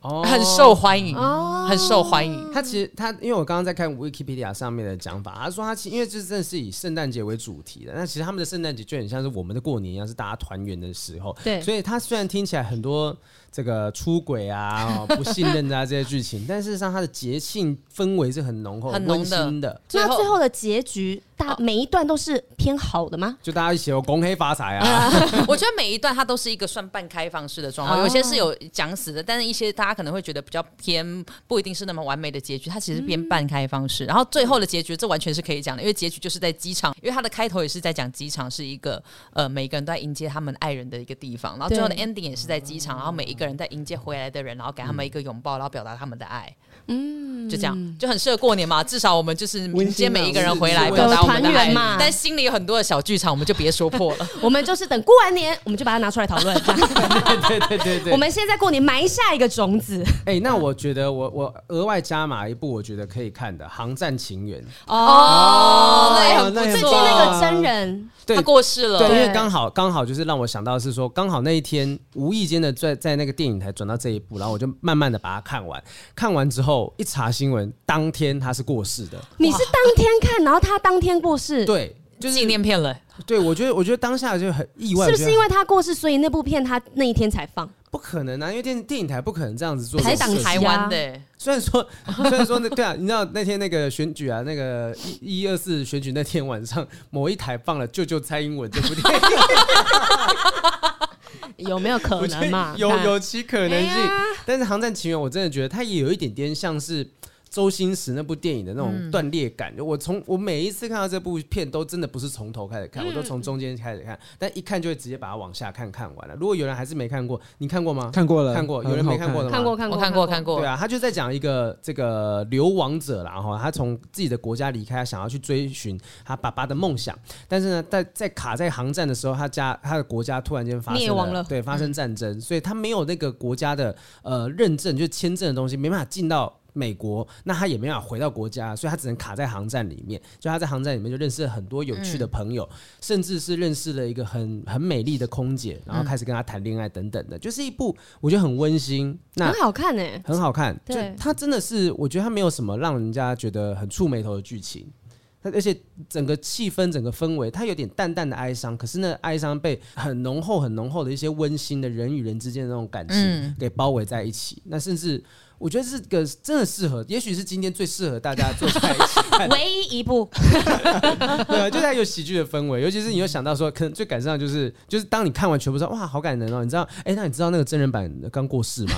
A: 哦
C: 很受欢迎，
B: 哦
C: 很受欢迎，
A: 他其实他，因为我刚刚在看 Wikipedia 上面的讲法，他说他其因为这真的是以圣诞节为主题的，那其实他们的圣诞节就很像是我们的过年一样，是大家团圆的时候。
B: 对
A: 所以他虽然听起来很多这个出轨啊、哦不信任啊这些剧情，但事实上他的节庆氛围是很浓厚、
C: 很
A: 温
C: 浓的
A: 馨的，
B: 那最后的结局，
C: 哦
B: 大每一段都是偏好的吗？
A: 就大家一起有公黑发财 啊，
C: 我觉得每一段它都是一个算半开放式的状况，
B: 哦
C: 有些是有讲死的，但是一些大家可能会觉得比较偏，不一定是那么完美的结局，它其实
B: 嗯
C: 偏半开放式。然后最后的结局，这完全是可以讲的，因为结局就是在机场，因为它的开头也是在讲机场是一个呃每个人都在迎接他们爱人的一个地方，然后最后的
B: 对
C: ending 也是在机场，然后每一个人在迎接回来的人，然后给他们一个拥抱，然后表达他们的爱。嗯，就这样，就很适合过年嘛。至少我们就是迎接每一个人回来，
A: 温馨啊
C: 表达我们的
B: 对团
C: 爱
B: 圆嘛。
C: 但心里有很多的小剧场，我们就别说破了。
B: 我们就是等过完年，我们就把它拿出来讨 论。这样
A: 对对对对对
B: 我。们现在过年埋下一个种子
A: 哎、那我觉得我我额外加码一部，我觉得可以看的《航站情缘》。
C: 哦那也很
D: 那
C: 不
D: 也
B: 最近
D: 很棒
C: 错。
B: 那个真人，
A: 对
C: 他过世了，
A: 对，因为
B: 对
A: 刚好刚好就是让我想到是说，刚好那一天无意间的在在那个电影台转到这一部，然后我就慢慢的把它看完。看完之后一查新闻，当天他是过世的。
B: 你是当天看，然后他当天过世，
A: 对，
C: 就是纪念片了。
A: 对我觉得我觉得当下就很意外，
B: 是不是因
A: 为
B: 为他过世，所以那部片他那一天才放？
A: 不可能啊？因为电电影台不可能这样子做
B: 台
A: 这
B: 档
A: 种事情。
B: 台
C: 台
B: 湾
C: 湾
B: 的
C: 的、
A: 虽然说，虽然说那对啊，你知道那天那个选举啊，那个一一二四选举那天晚上，某一台放了《救救蔡英文》这部电影，
B: 有没有可
A: 我觉
B: 能啊嘛
A: 得？有
B: 看
A: 有其可能性
B: 哎呀。
A: 但是《航站情缘》，我真的觉得它也有一点点像是周星驰那部电影的那
B: 嗯
A: 种断裂感。我从我每一次看到这部片，都真的不是从头开始
B: 嗯
A: 看，我都从中间开始看，但一看就会直接把它往下看看完了。如果有人还是没看过，你看过吗？
D: 看过了，
A: 看过，有人
D: 很好
A: 没看过的吗？
B: 看过看
C: 我
B: 过
C: 看过看过。
A: 对啊，他就在讲一个这个流亡者啦，然后他从自己的国家离开，他想要去追寻他爸爸的梦想，但是呢，在在卡在航站的时候，他家他的国家突然间发生
B: 灭亡了
A: 对，发生战争，所以他没有那个国家的呃认证，就是签证的东西，没办法进到。美国，那他也没办法回到国家，所以他只能卡在航站里面。就他在航站里面就认识了很多有趣的朋友，
B: 嗯
A: 甚至是认识了一个很很美丽的空姐，
B: 嗯
A: 然后开始跟她谈恋爱等等的，就是一部我觉得很温馨。那
B: 很好看哎，
A: 很好看，就
B: 对
A: 它真的是，我觉得它没有什么让人家觉得很触眉头的剧情，它而且整个气氛、整个氛围，它有点淡淡的哀伤，可是那哀伤被很浓厚、很浓厚的一些温馨的人与人之间的那种感情
C: 嗯
A: 给包围在一起。那甚至我觉得这个真的适合，也许是今天最适合大家坐在一起 看，
B: 唯一一部
A: 对啊，就它有喜剧的氛围，尤其是你又想到说，可能最感伤的就是，就是当你看完全部说哇，好感人哦，你知道，哎、那你知道那个真人版刚过世吗？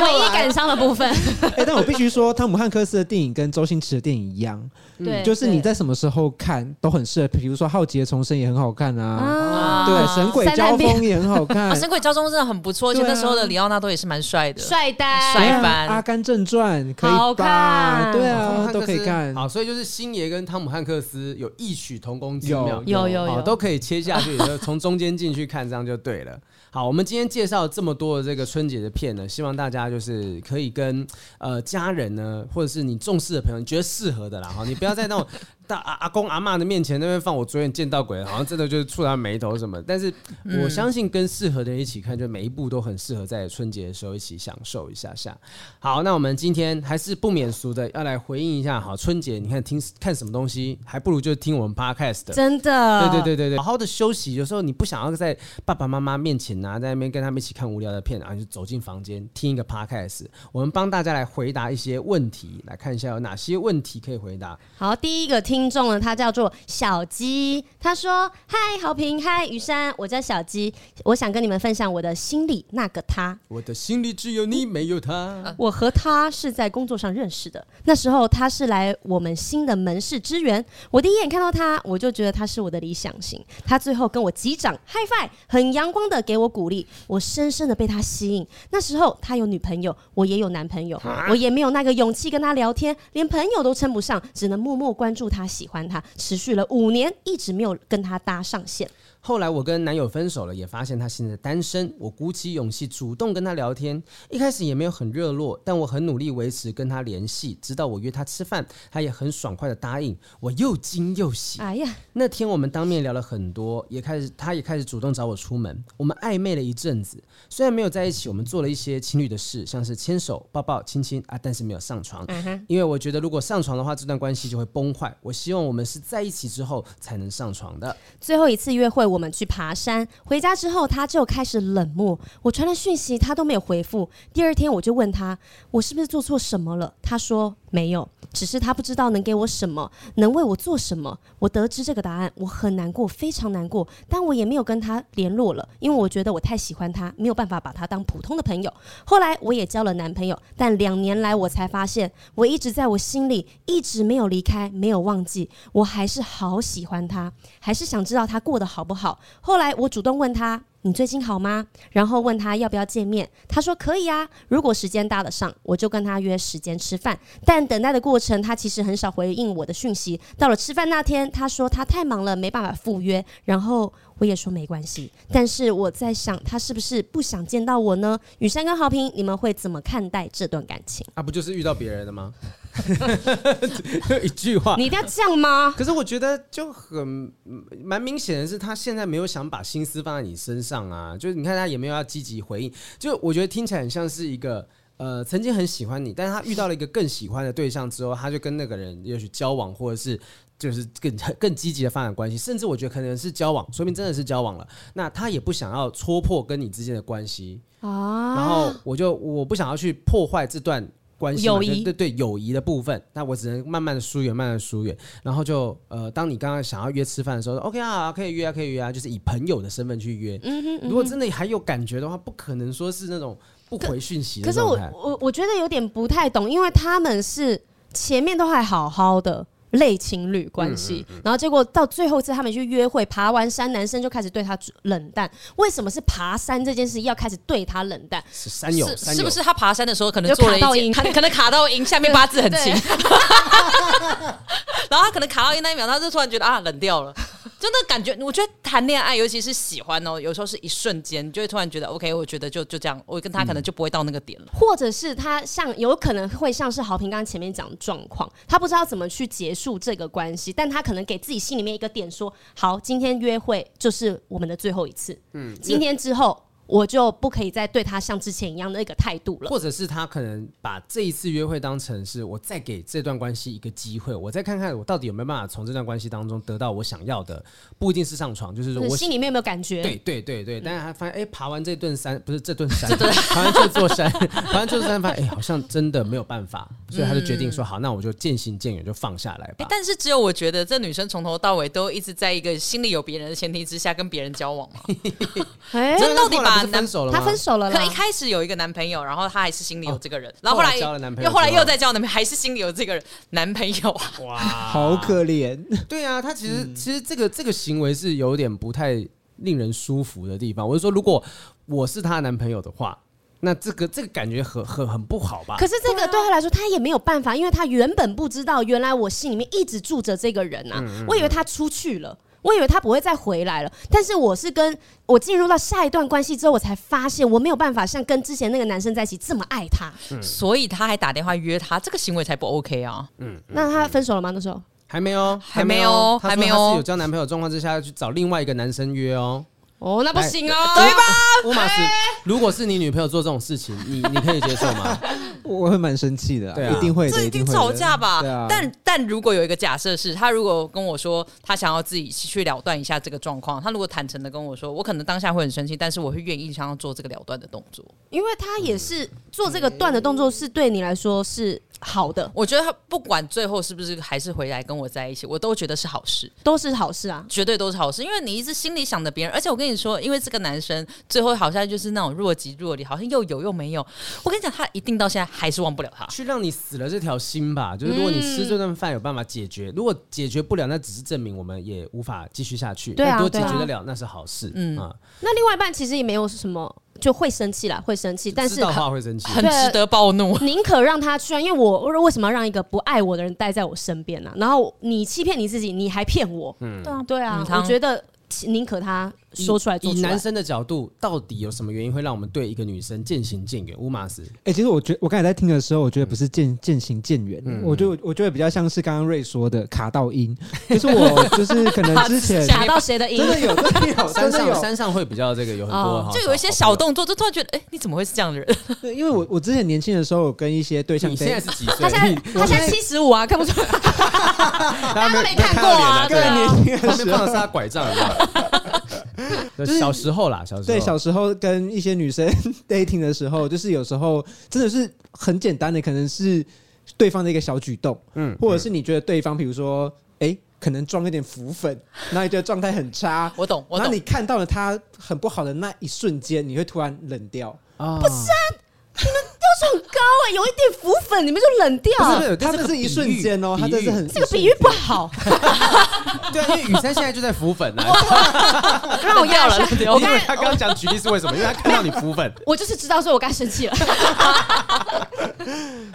B: 唯一感伤的部分，
D: 哎、但我必须说，汤姆汉克斯的电影跟周星驰的电影一样，
B: 对，
D: 就是你
B: 对
D: 在什么时候看都很适合。比如说《浩劫重生》也很好看啊，
B: 啊，
D: 对，《神鬼
B: 三
D: 交
B: 烂片
D: 锋》也 很好看
A: 嗯
B: 哦
C: 啊，，神鬼交锋真的很不错，而且
D: 对啊
C: 那时候的里奥纳多也是蛮帅的。
B: 帅呆，
C: 帅
D: 啊
C: 翻
D: 阿甘正传》可
B: 好
D: 以吧？
B: 看
D: 对
A: 哦汤姆汉克
D: 啊，
A: 斯
D: 都可以看。
A: 好，所以就是星爷跟汤姆汉克斯有异曲同工之
D: 有
A: 妙，
B: 有有
A: 好
B: 有
A: 哦都可以切下去，就从中间进去看，这样就对了。 好，我们今天介绍这么多的这个春节的片呢，希望大家就是可以跟呃家人呢，或者是你重视的朋友，你觉得适合的啦，哈，你不要在那种 大阿阿公阿嬷的面前那边放我昨天见到鬼了，好像真的就是触他眉头什么。但是
B: 嗯
A: 我相信跟适合的人一起看，就每一部都很适合在春节的时候一起享受一下下。好，那我们今天还是不免俗的要来回应一下哈，春节你看听看什么东西，还不如就听我们 podcast 的。
B: 真的，
A: 对对对对嗯对，好好的休息。有时候你不想要在爸爸妈妈面前啊，在那边跟他们一起看无聊的片啊，你就走进房间听一个 podcast。我们帮大家来回答一些问题，来看一下有哪些问题可以回答。
B: 好，第一个听听众呢，他叫做小鸡，他说：“嗨，好评，嗨，雨山，我叫小鸡，我想跟你们分享我的心里那个他。
A: 我的心里只有你，没有他。
B: 我和他是在工作上认识的，那时候他是来我们新的门市支援。我第一眼看到他，我就觉得他是我的理想型。他最后跟我击掌嗨 i 很阳光的给我鼓励，我深深的被他吸引。那时候他有女朋友，我也有男朋友，我也没有那个勇气跟他聊天，连朋友都称不上，只能默默关注他，喜欢他，持续了五年，一直没有跟他搭上线。
A: 后来我跟男友分手了，也发现他现在单身。我鼓起勇气主动跟他聊天，一开始也没有很热络，但我很努力维持跟他联系，直到我约他吃饭，他也很爽快的答应。我又惊又喜。
B: 哎呀，
A: 那天我们当面聊了很多，也开始他也开始主动找我出门，我们暧昧了一阵子。虽然没有在一起，我们做了一些情侣的事，像是牵手、抱抱、亲亲啊，但是没有上床，因为我觉得如果上床的话，这段关系就会崩坏。我希望我们是在一起之后才能上床的。
B: 最后一次约会，我们去爬山，回家之后他就开始冷漠。我传了讯息，他都没有回复。第二天我就问他，我是不是做错什么了？他说没有，只是他不知道能给我什么，能为我做什么。我得知这个答案，我很难过，非常难过。但我也没有跟他联络了，因为我觉得我太喜欢他，没有办法把他当普通的朋友。后来我也交了男朋友，但两年来我才发现，我一直在我心里，一直没有离开，没有忘记，我还是好喜欢他，还是想知道他过得好不好。后来我主动问他。你最近好吗？然后问他要不要见面，他说可以啊，如果时间搭得上，我就跟他约时间吃饭。但等待的过程，他其实很少回应我的讯息。到了吃饭那天，他说他太忙了，没办法赴约。然后我也说没关系，但是我在想，他是不是不想见到我呢？雨山跟豪平，你们会怎么看待这段感情？
A: 啊，不就是遇到别人的吗？ 一句话
B: 你。一定要这样吗？
A: 可是我觉得就很嗯蛮明显的是，他现在没有想把心思放在你身上啊。就是你看他也没有要积极回应，就我觉得听起来很像是一个呃曾经很喜欢你，但是他遇到了一个更喜欢的对象之后，他就跟那个人也许交往，或者是就是更更积极的发展关系，甚至我觉得可能是交往，说明真的是交往了。那他也不想要戳破跟你之间的关系，
B: 啊，
A: 然后我就我不想要去破坏这段关系嘛，
B: 友谊
A: 对对对友谊的部分，那我只能慢慢的疏远，慢慢的疏远。然后就呃，当你刚刚想要约吃饭的时候说，OK 啊，可以约啊，可以约啊，就是以朋友的身份去约。
B: 嗯哼嗯哼
A: 如果真的还有感觉的话，不可能说是那种不回讯息
B: 可
A: 的
B: 是我
A: 状态。
B: 我我觉得有点不太懂，因为他们是前面都还好好的类情侣关系，然后结果到最后一次他们去约会，爬完山，男生就开始对他冷淡。为什么是爬山这件事要开始对他冷淡？
A: 是山友，
C: 是
A: 山
C: 是
A: 友
C: 不是他爬山的时候可能
B: 有
C: 做了
B: 卡到
C: 一
B: 音
C: 件，他 可能卡到音，下面八字很
B: 对
C: 轻， 然后他可能卡到音那一秒，他就突然觉得啊冷掉了，就那感觉。我觉得谈恋爱，尤其是喜欢哦，有时候是一瞬间，你就会突然觉得 OK，我觉得就就这样，我跟他可能就不会到那个点
A: 嗯
C: 了。
B: 或者是他像有可能会像是豪平刚刚前面讲的状况，他不知道怎么去结束这个关系，但他可能给自己心里面一个点说，好，今天约会就是我们的最后一次，嗯，今天之后我就不可以再对他像之前一样的一个态度了。
A: 或者是他可能把这一次约会当成是我再给这段关系一个机会，我再看看我到底有没有办法从这段关系当中得到我想要的，不一定是上床，就是
B: 就是
A: 我
B: 心里面有没有感觉？
A: 对对对对，但是他发现，哎、爬完这顿山不是这顿山，爬完这座山，爬完这座山，发现哎、好像真的没有办法，所以他就决定说，好，那我就渐行渐远，就放下来
C: 嗯哎
A: 吧。
C: 但是只有我觉得这女生从头到尾都一直在一个心里有别人的前提之下跟别人交往嘛。
B: 哎
C: 这到底
A: 后来
C: 把
A: 不是分手了吗？
B: 他分手了
C: 可
B: 啦
C: 一。开始有一个男朋友，然后她还是心里有这个人，然
A: 后
C: 后后
A: 来
C: 来
A: 交了男朋友
C: 又后来
A: 之后
C: 又在交男朋友，还是心里有这个人男朋友啊。
A: 哇，
D: 好。可怜。
A: 对啊，他其实、
C: 嗯
A: 其实这个这个行为是有点不太令人舒服的地方。我是说，如果我是她男朋友的话，那这个这个感觉很很很不好吧？
B: 可是这个对他来说，他也没有办法，因为他原本不知道，原来我心里面一直住着这个人
A: 嗯
B: 啊。我以为他出去了，我以为他不会再回来了。但是我是跟我进入到下一段关系之后，我才发现我没有办法像跟之前那个男生在一起这么爱他。
A: 嗯
C: 所以他还打电话约他，这个行为才不 OK 啊！
B: 那他分手了吗？那时候
A: 嗯还没哦，
C: 还没哦
A: 她说
C: 还没
A: 她
C: 哦
A: 是有交男朋友的状况之下要去找另外一个男生约哦。
B: 哦，那不
A: 哎
B: 行哦，
A: 对吧？乌马斯，如果是你女朋友做这种事情，你你可以接受吗？
D: 我会蛮生气的、
A: 对啊
D: 一定会的，
C: 这
D: 一
C: 一定
D: 会的
C: 吵架吧？
D: 哎对啊，
C: 但但如果有一个假设是，他如果跟我说他想要自己去了断一下这个状况，他如果坦诚的跟我说，我可能当下会很生气，但是我会愿意想要做这个了断的动作。
B: 因为他也是做这个断的动作，是对你来说是好的，
C: 我觉得他不管最后是不是还是回来跟我在一起，我都觉得是好事，
B: 都是好事啊。
C: 绝对都是好事。因为你一直心里想着别人，而且我跟你说，因为这个男生最后好像就是那种若即若离，好像又有又没有。我跟你讲，他一定到现在还是忘不了他。
A: 去让你死了这条心吧。就是如果你吃这顿饭有办法解
B: 嗯
A: 决，如果解决不了，那只是证明我们也无法继续下去。
B: 对啊
A: 但多解
B: 对啊
A: 决得了，那是好事。嗯啊，
B: 那另外一半其实也没有什么，就会生气啦，会生气，但
A: 知
B: 是
A: 道
B: 很
A: 话会生气。
C: 很值得暴 怒，
B: 宁可让他去啊，因为我我为什么要让一个不爱我的人待在我身边呢、然后你欺骗你自己，你还骗我，对啊，对啊
C: 嗯，汤
B: 我觉得宁可他说出来做
A: 以
B: 出来
A: 男。生的角度，到底有什么原因会让我们对一个女生渐行渐远？乌马斯，
D: 哎、其实我觉我刚才在听的时候，我觉得不是
A: 嗯
D: 渐渐行渐远，我觉得我觉得比较像是刚刚瑞说的卡 到音，就是我就是可能之前
B: 卡啊到谁的音
D: 真？的有真的有
A: 山
D: 真的
A: 上
D: 有
A: 山上会比较这个有很多
B: 哦
A: 好，
C: 就有一些小动作，就突然觉得，哎、你怎么会是这样的人？，
D: 对，因为我我之前年轻的时候，有跟一些对
A: 好朋友。
D: 象
A: 你现在是几岁？
B: 他现 在他现在七十五啊，看不出来，大家都没看过啊，
A: 对
B: 对
A: 啊
B: 啊，
A: 你旁边放的是他拐杖，有 没有就小时候啦，小时候
D: 对小时候跟一些女生 dating 的时候，就是有时候真的是很简单的，可能是对方的一个小举动，
A: 嗯
D: 嗯，或者是你觉得对方，比如说，哎、可能装一点浮粉，然后你觉得状态很差
C: 我懂，我
D: 然后
C: 懂
D: 你。看到了他很不好的那一瞬间，你会突然冷掉。
A: 啊，不
B: 嗯
A: 是
B: 要求很高哎，有一点浮粉你们就冷掉，啊
A: 不是，
D: 他们是一瞬间哦，他
A: 这
D: 真是很
B: 这个比喻不好，
A: 对啊，因为雨珊现在就在浮粉啊。
B: 让我压了
C: 冷掉 了冷。掉
B: 我
A: 因
B: 刚
A: 为
B: 才
A: 他刚刚讲举例是为什么？因为他看到你浮粉，
B: 我就是知道，所以我该生气了。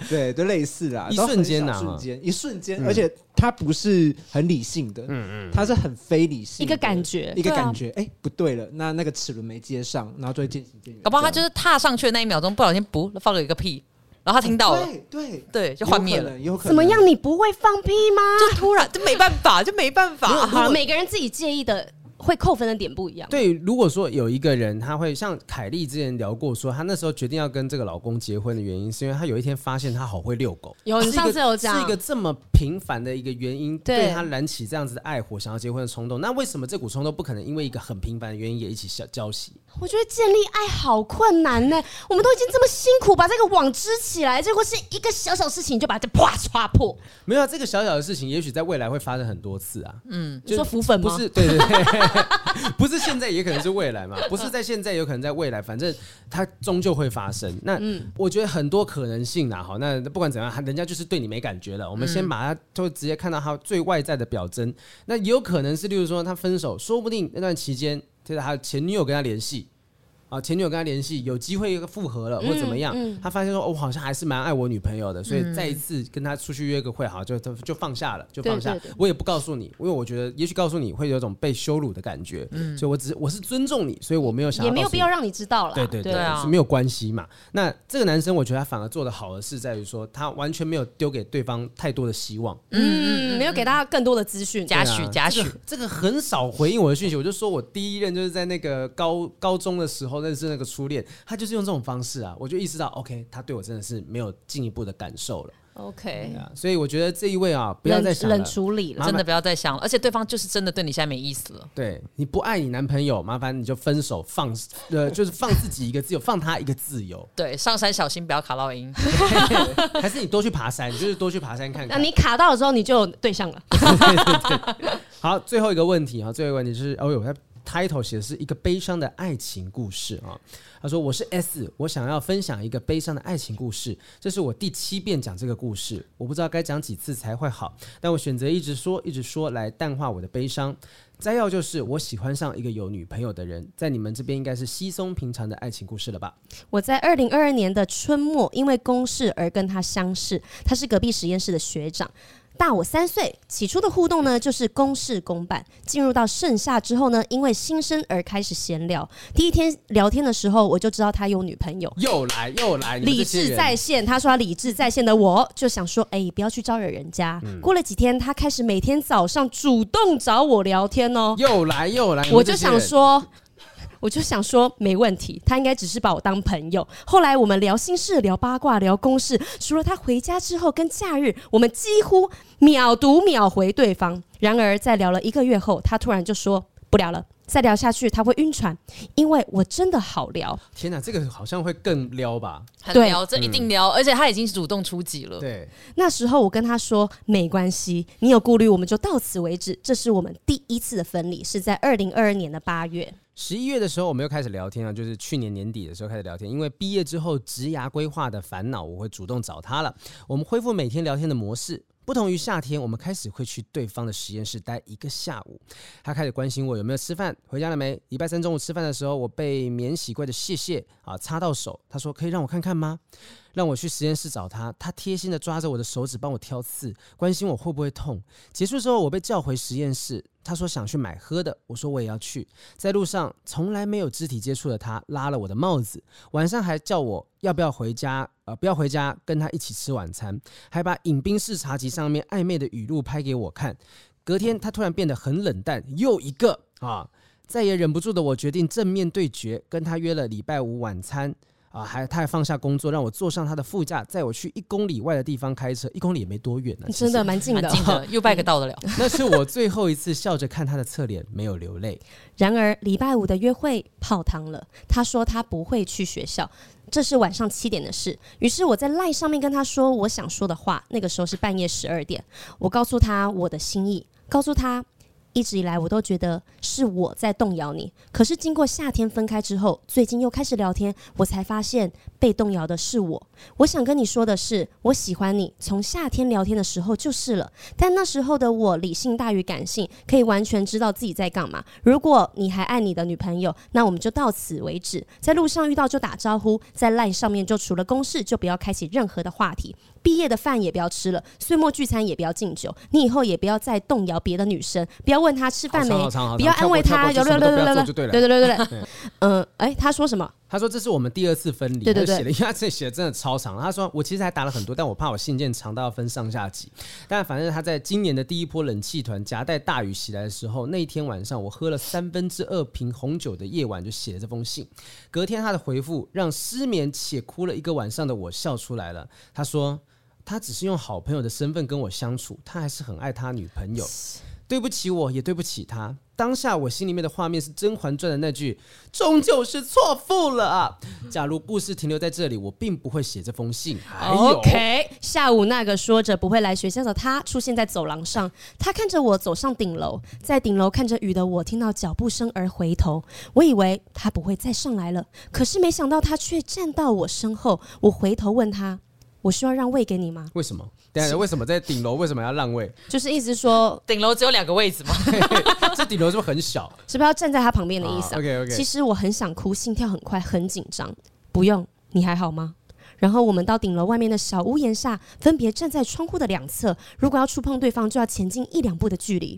D: 对，就类似啦，
A: 一
D: 都很
A: 瞬间呐嗯
D: 小瞬间，一瞬间，而且它不是很理性的，嗯嗯，它是很非理性的
B: 一个感觉
D: 一个
B: 对啊
D: 感觉，哎，不对了，那那个齿轮没接上，然后就会渐行渐远，
C: 搞不好他
D: 这
C: 就
D: 样
C: 是踏上去的那一秒钟，不小心不放了一个屁，然后他听到了，
D: 对对，
C: 对，就幻灭
D: 有可
C: 了，
D: 能，有可能
B: 怎么？样？你不会放屁吗？
C: 就突然就没办法， 就没办法。
B: 好了，每个人自己介意的会扣分的点不一样。
A: 对，如果说有一个人，他会像凯莉之前聊过说，她那时候决定要跟这个老公结婚的原因，是因为她有一天发现他好会遛狗。
B: 有你
A: 是一个
B: 上次有讲
A: 是一个这么平凡的一个原因，
B: 对
A: 对她燃起这样子的爱火，想要结婚的冲动。那为什么这股冲动不可能因为一个很平凡的原因也一起消交集？
B: 我觉得建立爱好困难呢、我们都已经这么辛苦把这个网织起来，结果是一个小小事情就把这啪刷破。
A: 没有、啊、这个小小的事情，也许在未来会发生很多次啊。嗯，
B: 你说浮粉吗
A: 不是，对对对， 不是现在，也可能是未来嘛。不是在现在，有可能在未来，反正它终究会发生。那、我觉得很多可能性啦。好，那不管怎么样，人家就是对你没感觉了。我们先把它就直接看到它最外在的表征。那也有可能是，例如说他分手，说不定那段期间，就是他的前女友跟他联系。啊，前女友跟他联系，有机会复合了或怎
B: 嗯
A: 么样，他发现说，哦我好像还是蛮爱我女朋友的，所以再一次跟他出去约个会，好，就就就放下了，就放下。
B: 对对对
A: 我也不告诉你，因为我觉得也许告诉你会有种被羞辱的感觉，所以我只是我是尊重你，所以我没有想要
B: 嗯也没有
A: 告诉
B: 必
A: 你
B: 要让你知道了。
A: 对对对，
C: 对啊
A: 是没有关系嘛。那这个男生，我觉得他反而做的好的是在于说，他完全没有丢给对方太多的希望。
B: 嗯，没有给大家更多的资讯。
C: 嘉
A: 对
C: 许
A: 啊
C: 嘉许，
A: 这个很少回应我的讯息，我就说我第一任就是在那个高高中的时候认识那个初恋，他就是用这种方式啊，我就意识到 OK，他对我真的是没有进一步的感受了，
B: OK，
C: 嗯
A: 对啊，所以我觉得这一位啊，不要
B: 冷
A: 再想了
B: 冷。处理了
A: 麻。
C: 真的不要再想了。而且对方就是真的对你现在没意思了。
A: 对，你不爱你男朋友，麻烦你就分手，放呃，就是放自己一个自由，放他一个自由，
C: 对，上山小心不要卡到音。
A: 还是你多去爬山，你就是多去爬山看
B: 那
A: 看。
B: 你卡到的时候，你就有对象了。
A: 好，最后一个问题啊，最后一个问题就是，哦呦，他 title 写的是一个悲伤的爱情故事啊。他说：“我是 S，我想要分享一个悲伤的爱情故事，这是我第七遍讲这个故事，我不知道该讲几次才会好，但我选择一直说，一直说来淡化我的悲伤。”摘要就是我喜欢上一个有女朋友的人，在你们这边应该是稀松平常的爱情故事了吧？
B: 我在二零二二年的春末，因为公事而跟他相识，他是隔壁实验室的学长。大我三岁，起初的互动呢就是公事公办。进入到盛夏之后呢，因为新生而开始闲聊。第一天聊天的时候，我就知道他有女朋友。
A: 又来又来，你们
B: 理
A: 这些
B: 智
A: 人
B: 在线，他说他理智在线的我，就想说，哎、不要去招惹人家。
A: 嗯
B: 过了几天，他开始每天早上主动找我聊天哦，
A: 又来又来，你们
B: 我
A: 这
B: 就
A: 些人
B: 想说，我就想说没问题，他应该只是把我当朋友。后来我们聊心事、聊八卦、聊公事，除了他回家之后跟假日，我们几乎秒读秒回对方。然而在聊了一个月后，他突然就说不聊了，再聊下去他会晕船，因为我真的好聊。
A: 天哪，这个好像会更撩吧？
C: 很
B: 对
C: 聊，这一定聊，而且他已经主动出击了。
A: 对，
B: 那时候我跟他说没关系，你有顾虑我们就到此为止。这是我们第一次的分离，是在二零二二年的八月。
A: 十一月的时候我们又开始聊天啊，就是去年年底的时候开始聊天，因为毕业之后职涯规划的烦恼，我会主动找他了。我们恢复每天聊天的模式。不同于夏天，我们开始会去对方的实验室待一个下午。他开始关心我有没有吃饭，回家了没。礼拜三中午吃饭的时候，我被免洗柜的屑屑啊擦到手，他说可以让我看看吗？让我去实验室找他，他贴心的抓着我的手指帮我挑刺，关心我会不会痛。结束之后，我被叫回实验室，他说想去买喝的，我说我也要去。在路上从来没有肢体接触的他拉了我的帽子，晚上还叫我要不要回家，呃，不要回家，跟他一起吃晚餐，还把饮冰式茶几上面暧昧的语录拍给我看。隔天他突然变得很冷淡，又一个啊，再也忍不住的我决定正面对决，跟他约了礼拜五晚餐。啊，还他还放下工作，让我坐上他的副驾，载我去一公里外的地方开车，一公里也没多远呢、啊，其
B: 真的
A: 实。
B: 蛮近
C: 蛮
B: 的。
C: 近的，U bike 到得了。
A: 那是我最后一次笑着看他的侧脸，没有流泪。
B: 然而礼拜五的约会泡汤了，他说他不会去学校。这是晚上七点的事，于是我在赖上面跟他说我想说的话。那个时候是半夜十二点，我告诉他我的心意，告诉他一直以来我都觉得是我在动摇你，可是经过夏天分开之后，最近又开始聊天，我才发现被动摇的是我。我想跟你说的是，我喜欢你，从夏天聊天的时候就是了。但那时候的我理性大于感性，可以完全知道自己在干嘛。如果你还爱你的女朋友，那我们就到此为止。在路上遇到就打招呼，在 LINE 上面就除了公事就不要开启任何的话题，毕业的饭也不要吃了，岁末聚餐也不要敬酒。你以后也不要再动摇别的女生，不要问她吃饭没
A: 好长好，长好长
B: 不要安慰她，
A: 跳过跳过
B: 有有
A: 就什么都
B: 有
A: 不
B: 有
A: 要
B: 有
A: 做
B: 有，
A: 就对了
B: 对对对对
A: 对
B: 对，嗯，哎，他说什么？
A: 他说这是我们第二次分离，
B: 对
A: 他
B: 对对
A: 写了，因为他这写的真的超长。他说我其实还打了很多，但我怕我信件长到要分上下集。但反正他在今年的第一波冷气团夹带大雨袭来的时候，那一天晚上我喝了三分之二瓶红酒的夜晚就写了这封信。隔天他的回复让失眠且哭了一个晚上的我笑出来了。他说他只是用好朋友的身份跟我相处，他还是很爱他女朋友。对不起我，也对不起他。当下我心里面的画面是《甄嬛传》的那句“终究是错付了啊”。假如故事停留在这里，我并不会写这封信。哎还有
B: OK，下午那个说着不会来学校的他出现在走廊上，他看着我走上顶楼，在顶楼看着雨的我听到脚步声而回头，我以为他不会再上来了，可是没想到他却站到我身后。我回头问他：“我需要让位给你吗
A: 为什么？等一下，为什么在顶楼？为什么要让位？？”
B: 就是意思说
C: 顶楼只有两个位置 嘛，
A: 这顶楼是不是很 小？哦
B: 是不是要站在他旁边的意思、啊
A: OK OK，
B: 其实我很想哭，心跳很快，很紧张。不用，你还好吗？然后我们到顶楼外面的小屋檐下，分别站在窗户的两侧。如果要触碰对方，就要前进一两步的距离。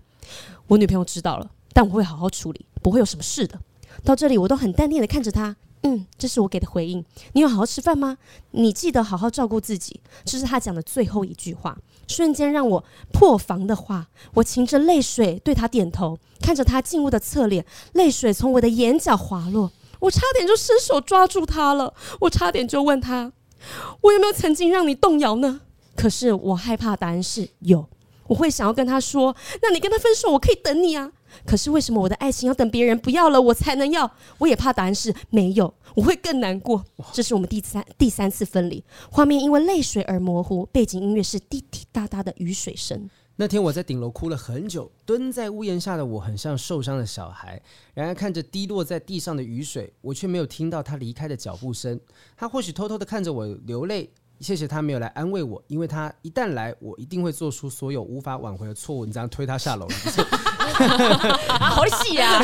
B: 我女朋友知道了，但我会好好处理，不会有什么事的。到这里，我都很淡定的看着她。嗯，这是我给的回应。你有好好吃饭吗？你记得好好照顾自己。这是她讲的最后一句话，瞬间让我破防的话。我噙着泪水对她点头，看着她进屋的侧脸，泪水从我的眼角滑落，我差点就伸手抓住他了，我差点就问他，我有没有曾经让你动摇呢？可是我害怕答案是有，我会想要跟他说，那你跟他分手，我可以等你啊。可是为什么我的爱情要等别人不要了我才能要？我也怕答案是没有，我会更难过。这是我们第三第三次分离，画面因为泪水而模糊，背景音乐是滴滴答答的雨水声。
A: 那天我在顶楼哭了很久，蹲在屋檐下的我很像受伤的小孩。然而看着滴落在地上的雨水，我却没有听到他离开的脚步声。他或许偷偷的看着我流泪，谢谢他没有来安慰我，因为他一旦来，我一定会做出所有无法挽回的错误。你这样推他下楼，是
B: 好喜啊！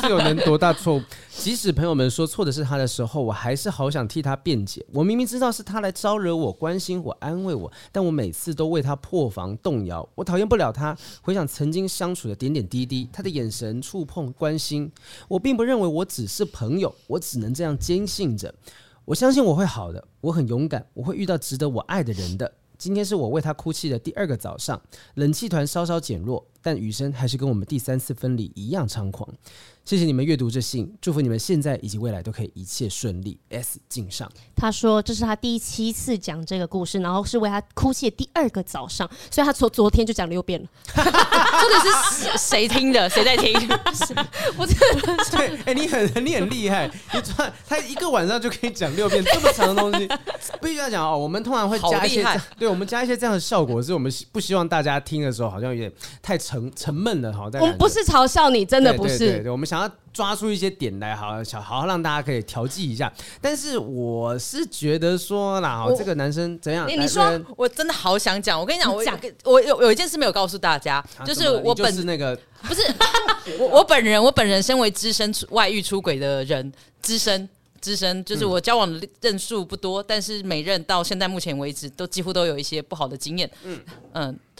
A: 是有能多大错误？即使朋友们说错的是他的时候，我还是好想替他辩解。我明明知道是他来招惹我、关心我、安慰我，但我每次都为他破防动摇。我讨厌不了他。回想曾经相处的点点滴滴，他的眼神、触碰、关心，我并不认为我只是朋友，我只能这样坚信着。我相信我会好的，我很勇敢，我会遇到值得我爱的人的。今天是我为他哭泣的第二个早上，冷气团稍稍减弱，但雨生还是跟我们第三次分离一样猖狂。谢谢你们阅读这信，祝福你们现在以及未来都可以一切顺利。S 敬上，
B: 他说这是他第七次讲这个故事，然后是为他哭泣的第二个早上，所以他昨昨天就讲六遍了。
C: 真的是谁听的？谁 在听？
A: 对，哎、你很你很厉害，你他他一个晚上就可以讲六遍这么长的东 西，必须要讲哦。我们通常会加一些这
C: 好厉
A: 样，对我们加一些这样的效果，是我们不希望大家听的时候好像有点太沉沉闷了，好像在
B: 我们不是嘲笑你，真的
A: 对
B: 不
A: 对对
B: 是。
A: 对我们想要抓住一些点来，好想好好让大家可以调剂一下。但是我是觉得说啦，哦
C: 我
A: 这个男生怎样？
B: 你
A: 来
B: 哎你说
A: 这边
C: 我真的好想讲，我跟你讲，我
B: 你讲
C: 我我有有一件事没有告诉大家，
A: 啊
C: 就
A: 怎
C: 是
A: 么了
C: 我
A: 你
C: 本
A: 就是那个
C: 不是我我本人，我本人身为资深出外遇出轨的人，资深资深，就是
A: 嗯
C: 我交往的任数不多，但是每任到现在目前为止，都几乎都有一些不好的经验。嗯